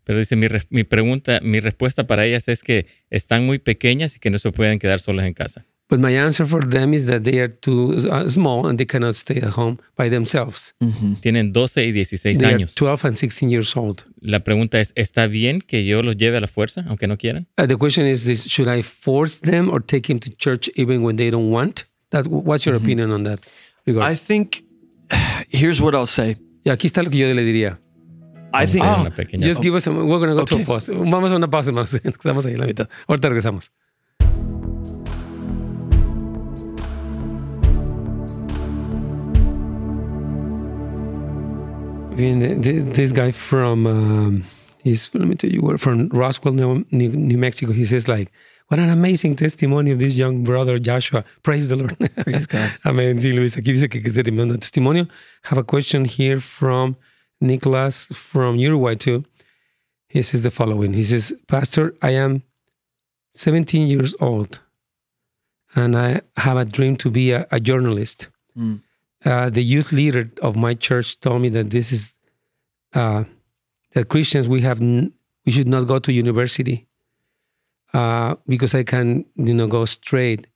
Speaker 2: Pero dice, mi, res- mi pregunta, mi respuesta para ellas es que están muy pequeñas y que no se pueden quedar solas en casa.
Speaker 3: But my answer for them is that they are too uh, small and they cannot stay at home by themselves.
Speaker 2: Tienen 12 y 16
Speaker 3: They are
Speaker 2: años.
Speaker 3: 12 and 16 years old.
Speaker 2: La pregunta es, ¿está bien que yo los lleve a la fuerza, aunque no quieran?
Speaker 3: Uh, the question is this: Should I force them or take him to church even when they don't want? That what's your opinion on that? Regard?
Speaker 4: I think here's what I'll say.
Speaker 3: y aquí está lo que yo le diría.
Speaker 4: I think
Speaker 2: Ah. Una pequeña
Speaker 3: just
Speaker 2: pausa.
Speaker 3: give us. A, we're gonna go to a
Speaker 4: Okay.
Speaker 3: pause. Vamos a una pausa más. Estamos ahí en la mitad. Ahorita regresamos. Bien, th- th- this guy from um, he's let me tell you where from Roswell, New, New, New Mexico. He says like, "What an amazing testimony of this young brother Joshua. Praise the Lord." Praise
Speaker 4: God.
Speaker 3: Amén. Sí, Luis. Aquí dice que que te tremendo testimonio. Have a question here from Nicholas from Uruguay too. He says the following. He says, "Pastor, I am 17 years old, and I have a dream to be a, a journalist." uh, the youth leader of my church told me that this is uh, that Christians we have n- we should not go to university uh, because I can you know go straight,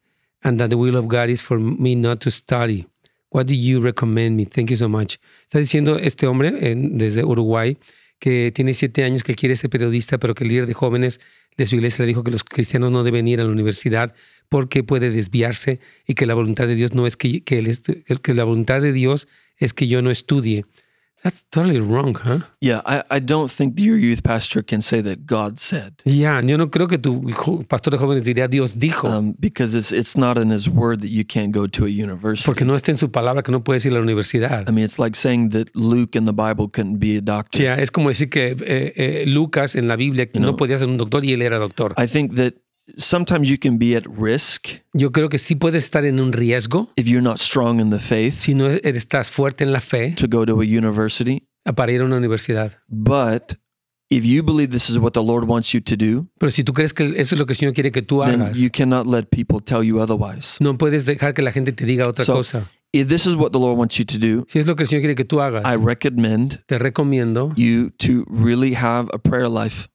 Speaker 3: and that the will of God is for me not to study. What do you recommend me? Thank you so much. Está diciendo este hombre en- desde Uruguay que tiene siete años, que él quiere ser periodista, pero que el líder de jóvenes de su iglesia le dijo que los cristianos no deben ir a la universidad porque puede desviarse y que la voluntad de Dios no es que, que, él estu- que la voluntad de Dios es que yo no estudie. That's totally wrong, huh?
Speaker 4: Yeah, I, I don't think your youth pastor can say that God said
Speaker 3: Ya, yo no creo que tu jo- pastor de jóvenes diría Dios dijo,
Speaker 4: um, because it's it's not in His Word that you can't go to a university.
Speaker 3: porque no está en su palabra que no puedes ir a la universidad.
Speaker 4: I mean, it's like saying that Luke in the Bible couldn't be a doctor.
Speaker 3: Ya, es como decir que eh, eh, Lucas en la Biblia no
Speaker 4: No.
Speaker 3: podía ser un doctor y él era doctor.
Speaker 4: I think that sometimes you can be at risk
Speaker 3: Yo creo que sí puedes estar en un riesgo
Speaker 4: if you're not strong in the faith
Speaker 3: si no e- estás fuerte en la fe
Speaker 4: to go to a university.
Speaker 3: para ir a una universidad.
Speaker 4: But if you believe this is what the Lord wants you to do,
Speaker 3: Pero si tú crees que eso es lo que el Señor quiere que tú
Speaker 4: then
Speaker 3: hagas,
Speaker 4: you cannot let people tell you otherwise.
Speaker 3: no puedes dejar que la gente te diga otra
Speaker 4: So-
Speaker 3: cosa.
Speaker 4: If this is what the Lord wants you to do,
Speaker 3: Si es lo que el Señor quiere que tú hagas,
Speaker 4: I recommend
Speaker 3: te recomiendo
Speaker 4: you to really have a prayer life,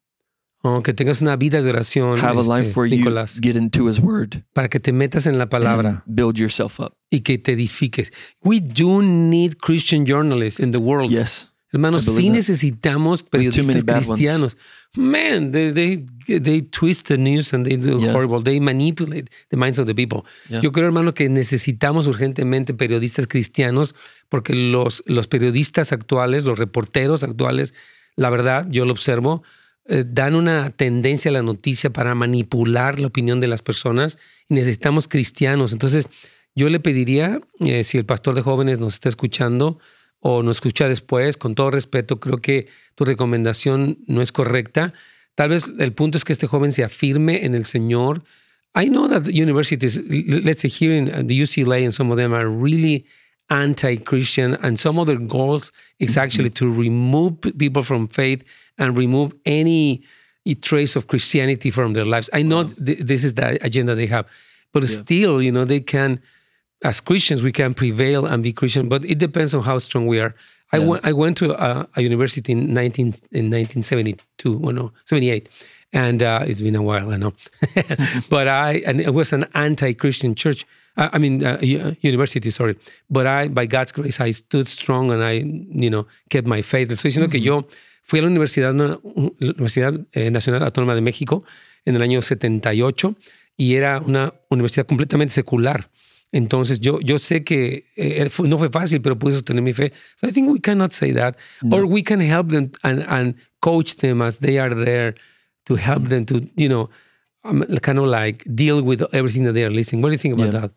Speaker 3: oh, que tengas una vida de oración,
Speaker 4: have a
Speaker 3: este,
Speaker 4: life where you
Speaker 3: Nicolás,
Speaker 4: get into His Word
Speaker 3: para que te metas en la
Speaker 4: and
Speaker 3: palabra
Speaker 4: build yourself up.
Speaker 3: y que te edifiques. We do need Christian journalists in the world.
Speaker 4: Yes.
Speaker 3: Hermanos,
Speaker 4: I believe
Speaker 3: sí
Speaker 4: that.
Speaker 3: necesitamos
Speaker 4: With too many
Speaker 3: periodistas
Speaker 4: bad ones.
Speaker 3: cristianos. Man, they, they, they twist the news and they do
Speaker 4: Yeah.
Speaker 3: horrible. They manipulate the minds of the people.
Speaker 4: Yeah.
Speaker 3: Yo creo, hermano, que necesitamos urgentemente periodistas cristianos porque los, los periodistas actuales, los reporteros actuales, la verdad, yo lo observo, eh, dan una tendencia a la noticia para manipular la opinión de las personas y necesitamos cristianos. Entonces, yo le pediría, eh, si el pastor de jóvenes nos está escuchando o nos escucha después, con todo respeto, creo que tu recomendación no es correcta. Tal vez el punto es que este joven se afirme en el Señor. I know that the universities, l- let's say here in uh, the UCLA and some of them are really anti-Christian and some of their goals is actually to remove p- people from faith and remove any trace of Christianity from their lives. I know th- this is the agenda they have, but still, you know, they can, as Christians, we can prevail and be Christian, but it depends on how strong we are. I went- I went to a, a university in 19 in 1972, well, no, 78, and uh, it's been a while, I know. but I and it was an anti-Christian church. I, I mean, uh, u- university, sorry. But I, by God's grace, I stood strong and I, you know, kept my faith. Estoy diciendo que yo fui a la universidad, una- un- la universidad eh, Nacional Autónoma de México en el año 78 y era una universidad completamente secular. Entonces, yo, yo sé que eh, fue- no fue fácil, pero pude sostener mi fe. So I think we cannot say that. Or we can help them and, and coach them as they are there to help them to, you know, um, kind of like deal with everything that they are listening. What do you think about that?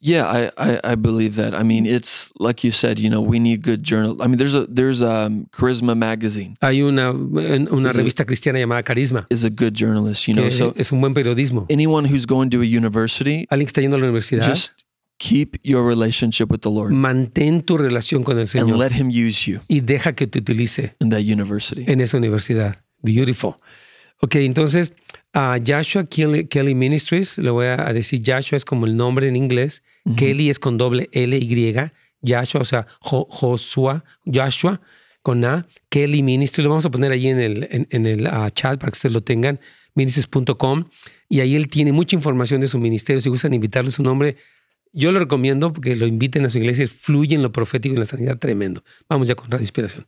Speaker 4: Yeah, I, I, I believe that. I mean, it's like you said, you know, we need good journal. I mean, there's a there's um, Charisma magazine
Speaker 3: Hay una, en- una
Speaker 4: Sí.
Speaker 3: revista cristiana llamada Carisma,
Speaker 4: is a good journalist, you know.
Speaker 3: que
Speaker 4: So
Speaker 3: es un buen periodismo.
Speaker 4: anyone who's going to a university,
Speaker 3: Alguien que está yendo a la universidad,
Speaker 4: just keep your relationship with the Lord
Speaker 3: mantén tu relación con el
Speaker 4: and
Speaker 3: Mm, Señor
Speaker 4: let Him use you
Speaker 3: y deja que te utilice.
Speaker 4: in that university.
Speaker 3: en esa universidad. Beautiful. Ok, entonces a Joshua Kelly, Kelly Ministries, le voy a a decir Joshua es como el nombre en inglés, Kelly es con doble L Y, Joshua, o sea, Jo- Joshua, Joshua con A, Kelly Ministries, lo vamos a poner ahí en el, en, en el ah, chat para que ustedes lo tengan, ministries.com, y ahí él tiene mucha información de su ministerio, si gustan invitarle su nombre, yo lo recomiendo que lo inviten a su iglesia, fluye en lo profético y en la sanidad tremendo. Vamos ya con Radio Inspiración.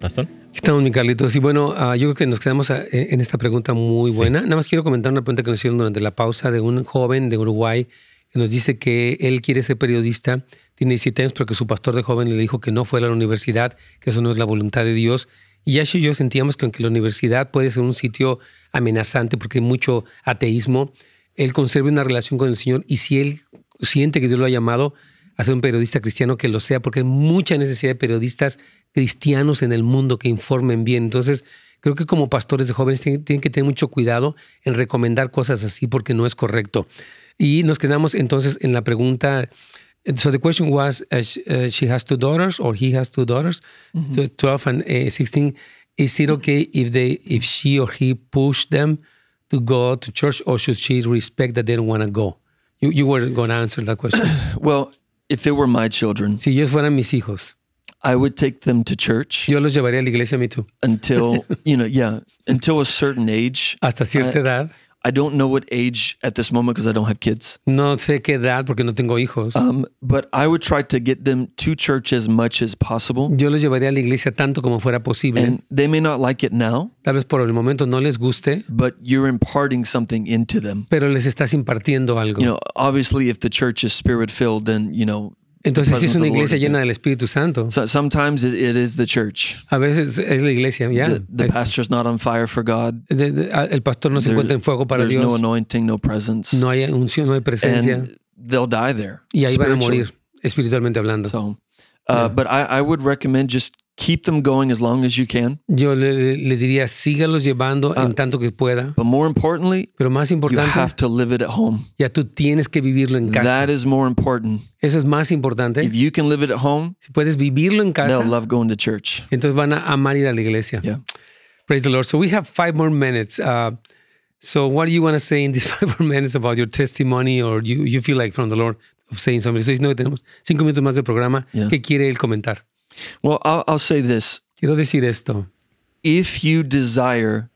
Speaker 2: Pastor.
Speaker 3: Aquí Estamos, mi Carlitos. Y bueno, ah, yo creo que nos quedamos ah, eh, en esta pregunta muy
Speaker 2: Sí.
Speaker 3: buena. Nada más quiero comentar una pregunta que nos hicieron durante la pausa de un joven de Uruguay que nos dice que él quiere ser periodista, tiene 17 años, pero que su pastor de joven le dijo que no fuera a la universidad, que eso no es la voluntad de Dios. Y Ash y yo sentíamos que aunque la universidad puede ser un sitio amenazante porque hay mucho ateísmo, él conserve una relación con el Señor y si él siente que Dios lo ha llamado a ser un periodista cristiano, que lo sea, porque hay mucha necesidad de periodistas cristianos en el mundo que informen bien. Entonces, creo que como pastores de jóvenes tienen, tienen que tener mucho cuidado en recomendar cosas así porque no es correcto. Y nos quedamos entonces en la pregunta. So the question was, uh, sh- uh, she has two daughters or he has two daughters, tw- 12 and eh, 16. is it okay if they if she or he push them to go to church or should she respect that they don't want to go? You, you were going to answer that question.
Speaker 4: Well, if it were my children,
Speaker 3: si ellos fueran mis hijos,
Speaker 4: I would take them to church
Speaker 3: yo los llevaría a la iglesia, me too.
Speaker 4: until, you know, yeah, until a certain age.
Speaker 3: Hasta cierta edad.
Speaker 4: I don't know what age at this moment because I don't have kids.
Speaker 3: No sé qué edad porque no tengo hijos.
Speaker 4: Um, but I would try to get them to church as much as possible.
Speaker 3: yo los llevaría a la iglesia tanto como fuera posible.
Speaker 4: And they may not like it now,
Speaker 3: Tal vez por el momento no les guste,
Speaker 4: but you're imparting something into them.
Speaker 3: pero les estás impartiendo algo.
Speaker 4: You know, obviously, if the church is spirit filled, then, you know,
Speaker 3: Entonces, si es
Speaker 4: presence of
Speaker 3: una
Speaker 4: the Lord
Speaker 3: iglesia
Speaker 4: is there.
Speaker 3: llena del Espíritu Santo,
Speaker 4: so, sometimes it, it is the church.
Speaker 3: a veces es la iglesia, ya.
Speaker 4: The, the pastor's not on fire for God.
Speaker 3: De- de- a- el pastor no se
Speaker 4: There-
Speaker 3: encuentra en fuego para
Speaker 4: There's
Speaker 3: Dios.
Speaker 4: no anointing, no presence.
Speaker 3: no hay unción, no hay presencia.
Speaker 4: and they'll die there.
Speaker 3: y ahí van a
Speaker 4: spiritually.
Speaker 3: morir, espiritualmente hablando.
Speaker 4: So, uh, but I, I would recommend just keep them going as long as you can.
Speaker 3: Yo le, le diría, sígalos llevando en tanto que pueda.
Speaker 4: But more importantly,
Speaker 3: Pero más
Speaker 4: Ah. you
Speaker 3: importante,
Speaker 4: have to live it at home.
Speaker 3: ya tú tienes que vivirlo en casa.
Speaker 4: That is more important.
Speaker 3: Eso es más importante.
Speaker 4: If you can live it at home,
Speaker 3: Si puedes vivirlo en casa,
Speaker 4: they'll love going to church.
Speaker 3: entonces van a amar ir a la iglesia.
Speaker 4: Yeah.
Speaker 3: Praise the Lord. So we have five more minutes. Uh, so what do you want to say in these five more minutes about your testimony or you, you feel like from the Lord of saying something? So no, tenemos cinco minutos más de programa.
Speaker 4: Yeah.
Speaker 3: ¿Qué quiere él comentar?
Speaker 4: Well, I'll, I'll say this.
Speaker 3: Quiero decir esto.
Speaker 4: If you desire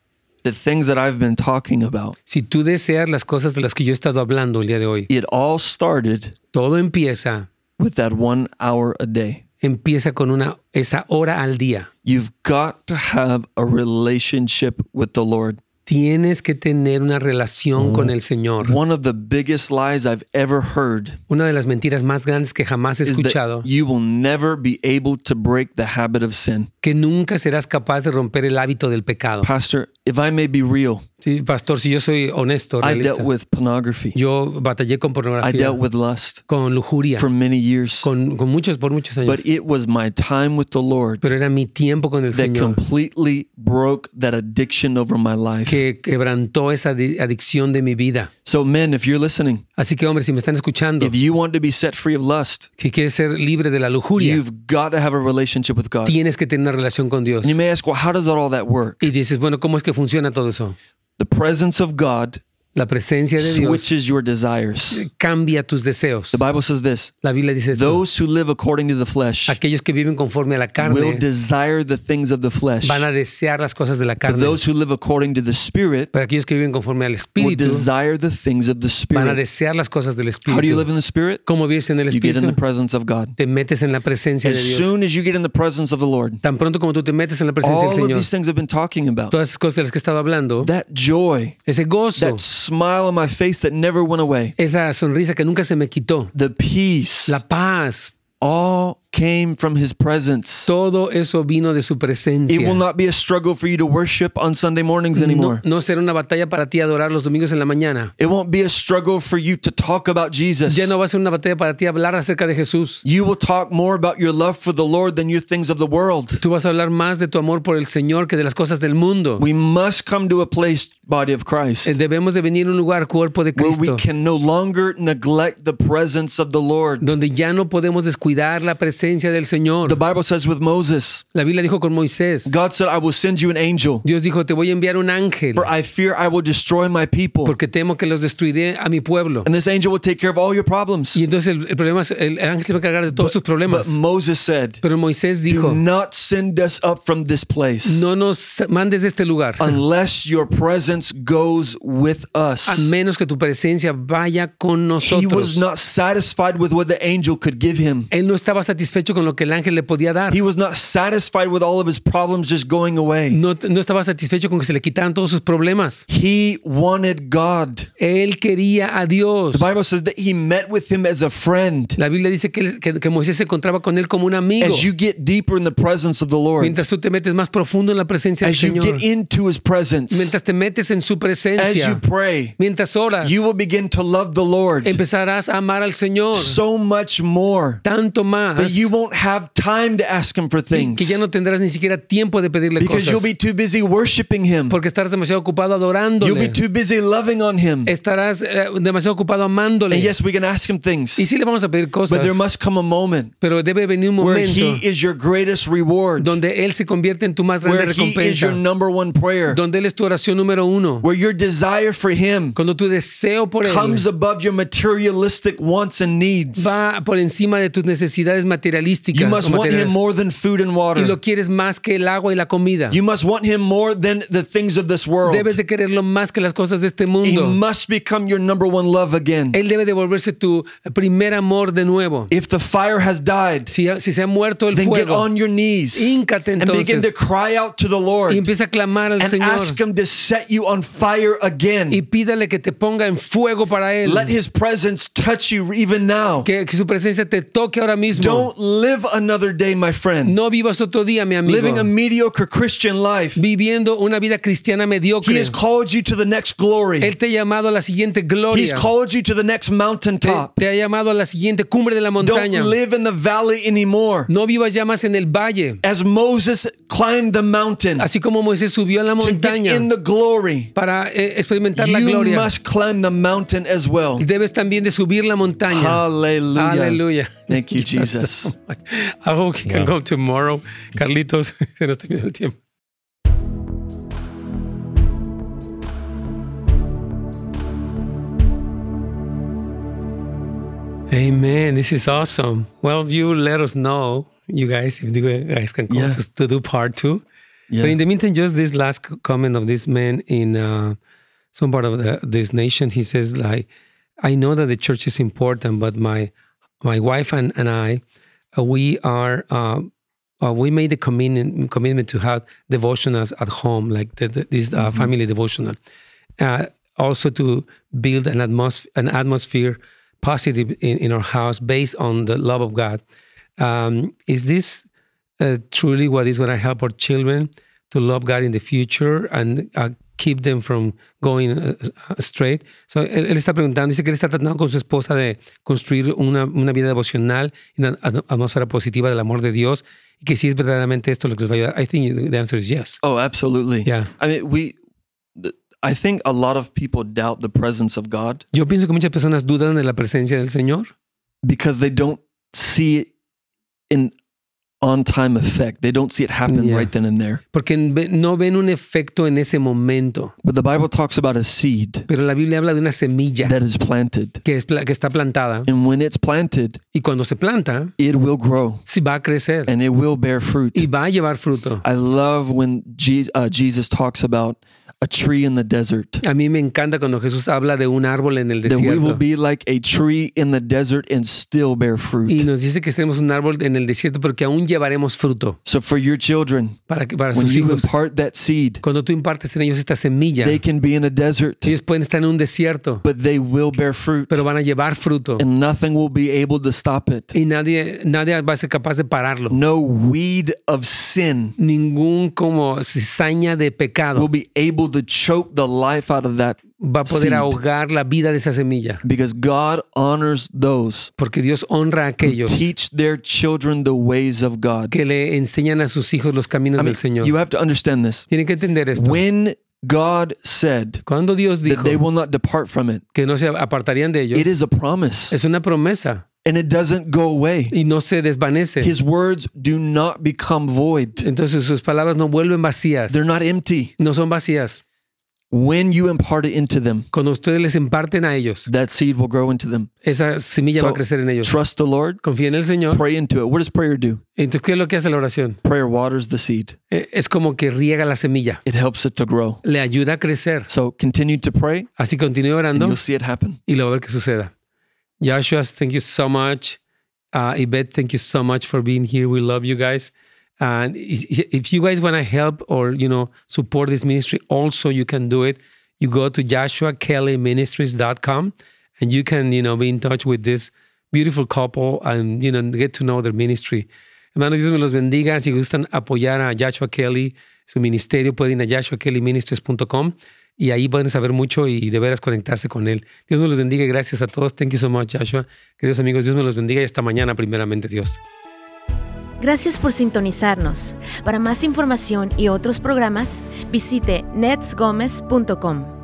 Speaker 4: the things that I've been talking about,
Speaker 3: Si tú deseas las cosas de las que yo he estado hablando el día de hoy,
Speaker 4: it all started
Speaker 3: todo empieza,
Speaker 4: with that one hour a day.
Speaker 3: empieza con una, esa hora al día.
Speaker 4: You've got to have a relationship with the Lord.
Speaker 3: Tienes que tener una
Speaker 4: Mm.
Speaker 3: relación con el Señor.
Speaker 4: One of the biggest lies I've ever heard
Speaker 3: Una de las mentiras más grandes que jamás he
Speaker 4: is that
Speaker 3: escuchado,
Speaker 4: you will never be able to break the habit of sin.
Speaker 3: que nunca serás capaz de romper el hábito del pecado.
Speaker 4: Pastor, if I may be real,
Speaker 3: Sí, pastor, si yo soy honesto,
Speaker 4: I
Speaker 3: realista,
Speaker 4: dealt with pornography.
Speaker 3: Yo batallé con
Speaker 4: I
Speaker 3: pornografía,
Speaker 4: dealt with lust
Speaker 3: con lujuria,
Speaker 4: for many years.
Speaker 3: con, con muchos por muchos años.
Speaker 4: But it was my time with the Lord
Speaker 3: Pero era mi tiempo con el
Speaker 4: that
Speaker 3: Señor
Speaker 4: completely broke that addiction over my life.
Speaker 3: que quebrantó esa di- adicción de mi vida.
Speaker 4: So, men, if you're listening,
Speaker 3: Así que, hombre, si me están escuchando,
Speaker 4: if you want to be set free of lust,
Speaker 3: si quieres ser libre de la lujuria,
Speaker 4: you've got to have a relationship with God.
Speaker 3: tienes que tener una relación con Dios.
Speaker 4: And you may ask, well, how does all that work?
Speaker 3: Y dices, bueno, ¿cómo es que funciona todo eso?
Speaker 4: The presence of God
Speaker 3: La presencia de Dios
Speaker 4: switches your desires.
Speaker 3: cambia tus deseos.
Speaker 4: The Bible says this
Speaker 3: La Biblia dice esto.
Speaker 4: those who live according to the flesh
Speaker 3: Aquellos que viven conforme a la
Speaker 4: will
Speaker 3: carne
Speaker 4: desire the things of the flesh.
Speaker 3: van a desear las cosas de la
Speaker 4: But
Speaker 3: carne.
Speaker 4: those who live according to the Spirit
Speaker 3: Pero aquellos que viven conforme al
Speaker 4: will
Speaker 3: Espíritu
Speaker 4: desire the things of the
Speaker 3: van a
Speaker 4: Spirit.
Speaker 3: desear las cosas del
Speaker 4: How do you live
Speaker 3: Espíritu.
Speaker 4: in the Spirit?
Speaker 3: ¿Cómo vives en el
Speaker 4: You get in
Speaker 3: Espíritu?
Speaker 4: the presence of God.
Speaker 3: te metes en la presencia de
Speaker 4: As
Speaker 3: Dios.
Speaker 4: soon as you get in the presence of the Lord,
Speaker 3: Tan pronto como tú te metes en la presencia
Speaker 4: all
Speaker 3: del
Speaker 4: of
Speaker 3: Señor,
Speaker 4: these things I've been talking about,
Speaker 3: todas esas cosas de las que he estado hablando,
Speaker 4: that joy,
Speaker 3: ese gozo,
Speaker 4: that smile on my face that never went away,
Speaker 3: esa sonrisa que nunca se me quitó,
Speaker 4: the peace,
Speaker 3: la paz,
Speaker 4: all came from His presence.
Speaker 3: todo eso vino de su
Speaker 4: It will
Speaker 3: presencia.
Speaker 4: not be a struggle for you to worship on Sunday mornings
Speaker 3: No,
Speaker 4: anymore.
Speaker 3: no será una batalla para ti adorar los domingos en la mañana.
Speaker 4: It won't be a struggle for you to talk about Jesus.
Speaker 3: Ya no va a ser una batalla para ti hablar acerca de Jesús.
Speaker 4: You will talk more about your love for the Lord than your things of the world.
Speaker 3: Tú vas a hablar más de tu amor por el Señor que de las cosas del mundo.
Speaker 4: We must come to a place, body of
Speaker 3: Eh,
Speaker 4: Christ,
Speaker 3: Debemos de venir a un lugar, cuerpo de
Speaker 4: where we
Speaker 3: Cristo,
Speaker 4: can no longer neglect the presence of the Lord.
Speaker 3: donde ya no podemos descuidar la presencia del
Speaker 4: The
Speaker 3: Señor.
Speaker 4: Bible says with Moses,
Speaker 3: La Biblia dijo con Moisés,
Speaker 4: God said, I will send you an angel,
Speaker 3: Dios dijo, te voy a enviar un ángel.
Speaker 4: for I fear I will destroy my people.
Speaker 3: porque temo que los destruiré a mi pueblo.
Speaker 4: And this angel will take care of all your problems.
Speaker 3: Y entonces el, el problema es, el, el ángel se va a cargar de todos tus
Speaker 4: But
Speaker 3: problemas.
Speaker 4: Moses said,
Speaker 3: Pero Moisés
Speaker 4: Do
Speaker 3: dijo,
Speaker 4: not send us up from this place
Speaker 3: no nos mandes de este lugar,
Speaker 4: unless your presence goes with
Speaker 3: a
Speaker 4: us.
Speaker 3: menos que tu presencia vaya con
Speaker 4: He was
Speaker 3: nosotros.
Speaker 4: not satisfied with what the angel could give him.
Speaker 3: Él no estaba satisfecho con lo que el ángel le podía dar.
Speaker 4: He was not satisfied with all of his problems just going away.
Speaker 3: No, no estaba satisfecho con que se le quitaran todos sus problemas.
Speaker 4: He wanted God.
Speaker 3: Él quería a Dios.
Speaker 4: The Bible says that he met with him as a friend.
Speaker 3: La Biblia dice que, él- que- que Moisés se encontraba con él como un amigo.
Speaker 4: As you get deeper in the presence of the Lord,
Speaker 3: Mientras tú te metes más profundo en la presencia del
Speaker 4: as you
Speaker 3: Señor,
Speaker 4: get into his presence,
Speaker 3: mientras te metes en su
Speaker 4: as you
Speaker 3: presencia,
Speaker 4: pray,
Speaker 3: mientras oras,
Speaker 4: you will begin to love the Lord
Speaker 3: empezarás a amar al Señor
Speaker 4: so much more
Speaker 3: tanto más
Speaker 4: that you won't have time to ask him for
Speaker 3: Y
Speaker 4: things
Speaker 3: que ya no tendrás ni siquiera tiempo de pedirle
Speaker 4: because
Speaker 3: cosas.
Speaker 4: you'll be too busy worshiping him.
Speaker 3: porque estarás demasiado ocupado adorándole.
Speaker 4: You'll be too busy loving on him.
Speaker 3: estarás eh, demasiado ocupado amándole.
Speaker 4: And yes, we can ask him
Speaker 3: y
Speaker 4: things,
Speaker 3: sí le vamos a pedir
Speaker 4: but
Speaker 3: cosas,
Speaker 4: there must come a moment
Speaker 3: pero debe venir un
Speaker 4: where
Speaker 3: momento
Speaker 4: he is your greatest reward,
Speaker 3: donde Él se convierte en tu más grande
Speaker 4: where he is your
Speaker 3: recompensa,
Speaker 4: number one prayer,
Speaker 3: donde Él es tu oración número uno,
Speaker 4: where your desire for him
Speaker 3: cuando tu deseo por Él
Speaker 4: comes above your materialistic wants and needs.
Speaker 3: va por encima de tus necesidades materialísticas.
Speaker 4: You
Speaker 3: o
Speaker 4: must want him
Speaker 3: materiales.
Speaker 4: more than food and
Speaker 3: y lo
Speaker 4: water.
Speaker 3: quieres más que el agua y la comida.
Speaker 4: You must want him more than the things of this world.
Speaker 3: Debes de quererlo más que las cosas de este
Speaker 4: He
Speaker 3: mundo.
Speaker 4: must become your number one love again.
Speaker 3: Él debe devolverse tu primer amor de nuevo.
Speaker 4: If the fire has died,
Speaker 3: Si, si se ha muerto el
Speaker 4: then get
Speaker 3: fuego,
Speaker 4: on your knees
Speaker 3: Híncate
Speaker 4: and begin
Speaker 3: entonces.
Speaker 4: to cry out to the Lord
Speaker 3: y empieza a clamar al
Speaker 4: and
Speaker 3: Señor
Speaker 4: ask him to set you on fire
Speaker 3: y
Speaker 4: again.
Speaker 3: pídale que te ponga en fuego para Él.
Speaker 4: Let his presence touch you even now.
Speaker 3: Que, que su presencia te toque ahora mismo.
Speaker 4: Don't live another day, my friend.
Speaker 3: no vivas otro día, mi amigo.
Speaker 4: Living a mediocre Christian life.
Speaker 3: viviendo una vida cristiana
Speaker 4: He
Speaker 3: mediocre.
Speaker 4: has called you to the next glory.
Speaker 3: Él te ha llamado a la siguiente gloria.
Speaker 4: He's called you to the next
Speaker 3: Te,
Speaker 4: mountaintop.
Speaker 3: te ha llamado a la siguiente cumbre de la
Speaker 4: Don't
Speaker 3: montaña.
Speaker 4: live in the valley anymore.
Speaker 3: No vivas ya más en el valle.
Speaker 4: As Moses climbed the mountain
Speaker 3: Así como Moisés subió a la
Speaker 4: to get
Speaker 3: montaña
Speaker 4: in the glory,
Speaker 3: para eh, experimentar la
Speaker 4: you
Speaker 3: gloria,
Speaker 4: must climb the mountain as well.
Speaker 3: debes también de subir la montaña.
Speaker 4: Hallelujah.
Speaker 3: Hallelujah.
Speaker 4: Thank you, Jesus.
Speaker 3: I hope he can
Speaker 2: Wow.
Speaker 3: go tomorrow. Carlitos, se nos terminó el tiempo. Amen. This is awesome. Well, you let us know, you guys, if you guys can come
Speaker 4: Yeah.
Speaker 3: to, to do part two.
Speaker 4: Yeah.
Speaker 3: But in the meantime, just this last c- comment of this man in uh, some part of the, this nation, he says, like, I know that the church is important, but my my wife and, and I, uh, we are uh, uh, we made a commitment commitment to have devotionals at home, like the, the, this uh, family devotional. Uh, also to build an atmos- an atmosphere positive in, in our house based on the love of God. Um, is this uh, truly what is going to help our children to love God in the future and uh, keep them from going uh, straight. So, él, él está preguntando, dice que él está tratando con su esposa de construir una, una vida devocional en una atm- atmósfera positiva del amor de Dios y que si es verdaderamente esto lo que les va a ayudar. I think the answer is yes.
Speaker 4: Oh, absolutely.
Speaker 3: Yeah.
Speaker 4: I mean, we, th- I think a lot of people doubt the presence of God
Speaker 3: Yo pienso que muchas personas dudan de la presencia del Señor
Speaker 4: because they don't see it in on time effect. They don't see it happen
Speaker 3: Yeah.
Speaker 4: right then and there.
Speaker 3: porque ve- no ven un efecto en ese momento.
Speaker 4: But the Bible talks about a seed
Speaker 3: Pero la Biblia habla de una semilla
Speaker 4: that is planted.
Speaker 3: que, es pla- que está plantada
Speaker 4: And when it's planted,
Speaker 3: y cuando se planta,
Speaker 4: it will grow
Speaker 3: sí va a crecer
Speaker 4: and it will bear fruit.
Speaker 3: y va a llevar fruto.
Speaker 4: I love when Je- uh, Jesus talks about a tree in the desert.
Speaker 3: A mí me encanta cuando Jesús habla de un árbol en el
Speaker 4: That we will
Speaker 3: desierto.
Speaker 4: be like a tree in the desert and still bear
Speaker 3: Y
Speaker 4: fruit.
Speaker 3: nos dice que tenemos un árbol en el desierto porque aún llevaremos fruto
Speaker 4: So for your children,
Speaker 3: para, que, para
Speaker 4: when
Speaker 3: sus
Speaker 4: you
Speaker 3: hijos.
Speaker 4: impart that seed,
Speaker 3: Cuando tú impartes en ellos esta semilla,
Speaker 4: they can be in a desert,
Speaker 3: ellos pueden estar en un desierto,
Speaker 4: but they will bear fruit,
Speaker 3: pero van a llevar fruto.
Speaker 4: and nothing will be able to stop it.
Speaker 3: Y nadie, nadie va a ser capaz de pararlo.
Speaker 4: No weed of sin
Speaker 3: Ningún como cizaña de pecado
Speaker 4: will be able to choke the life out of that
Speaker 3: va a poder
Speaker 4: seed.
Speaker 3: ahogar la vida de esa semilla.
Speaker 4: because God honors those
Speaker 3: Porque Dios honra a aquellos
Speaker 4: teach their children the ways of God.
Speaker 3: que le enseñan a sus hijos los caminos
Speaker 4: I
Speaker 3: del
Speaker 4: mean,
Speaker 3: Señor.
Speaker 4: you have to understand this.
Speaker 3: Tienen que entender esto.
Speaker 4: When God said
Speaker 3: Cuando Dios
Speaker 4: that
Speaker 3: dijo
Speaker 4: they will not depart from it,
Speaker 3: que no se apartarían de ellos,
Speaker 4: it is a promise
Speaker 3: es una promesa.
Speaker 4: and it doesn't go away.
Speaker 3: y no se desvanece.
Speaker 4: His words do not become void,
Speaker 3: Entonces sus palabras no vuelven vacías,
Speaker 4: they're not empty.
Speaker 3: no son vacías.
Speaker 4: When you impart it into them,
Speaker 3: Cuando ustedes les imparten a ellos,
Speaker 4: that seed will grow into them.
Speaker 3: esa semilla
Speaker 4: So,
Speaker 3: va a crecer en ellos.
Speaker 4: Trust the Lord,
Speaker 3: Confía en el Señor.
Speaker 4: pray into it. What does prayer do?
Speaker 3: Entonces, ¿qué es lo que hace la oración?
Speaker 4: Prayer waters the seed,
Speaker 3: Eh, Es como que riega la semilla,
Speaker 4: it helps it to grow.
Speaker 3: le ayuda a crecer.
Speaker 4: So continue to pray,
Speaker 3: Así continúe
Speaker 4: and
Speaker 3: orando
Speaker 4: you'll see it happen.
Speaker 3: y lo va a ver que suceda. Joshua, thank you so much. Uh, Yvette, thank you so much for being here. We love you guys. And i- i- if you guys want to help or, you know, support this ministry, also you can do it. You go to joshuakellyministries.com and you can, you know, be in touch with this beautiful couple and, you know, get to know their ministry. Hermanos, Dios me los bendiga. Si gustan apoyar a Joshua Kelly, su ministerio, pueden ir a joshuakellyministries.com y ahí pueden saber mucho y de veras conectarse con él. Dios me los bendiga. y Gracias a todos. Thank you so much, Joshua. Queridos amigos, Dios me los bendiga y hasta mañana primeramente, Dios.
Speaker 1: Gracias por sintonizarnos. Para más información y otros programas, visite netsgomez.com.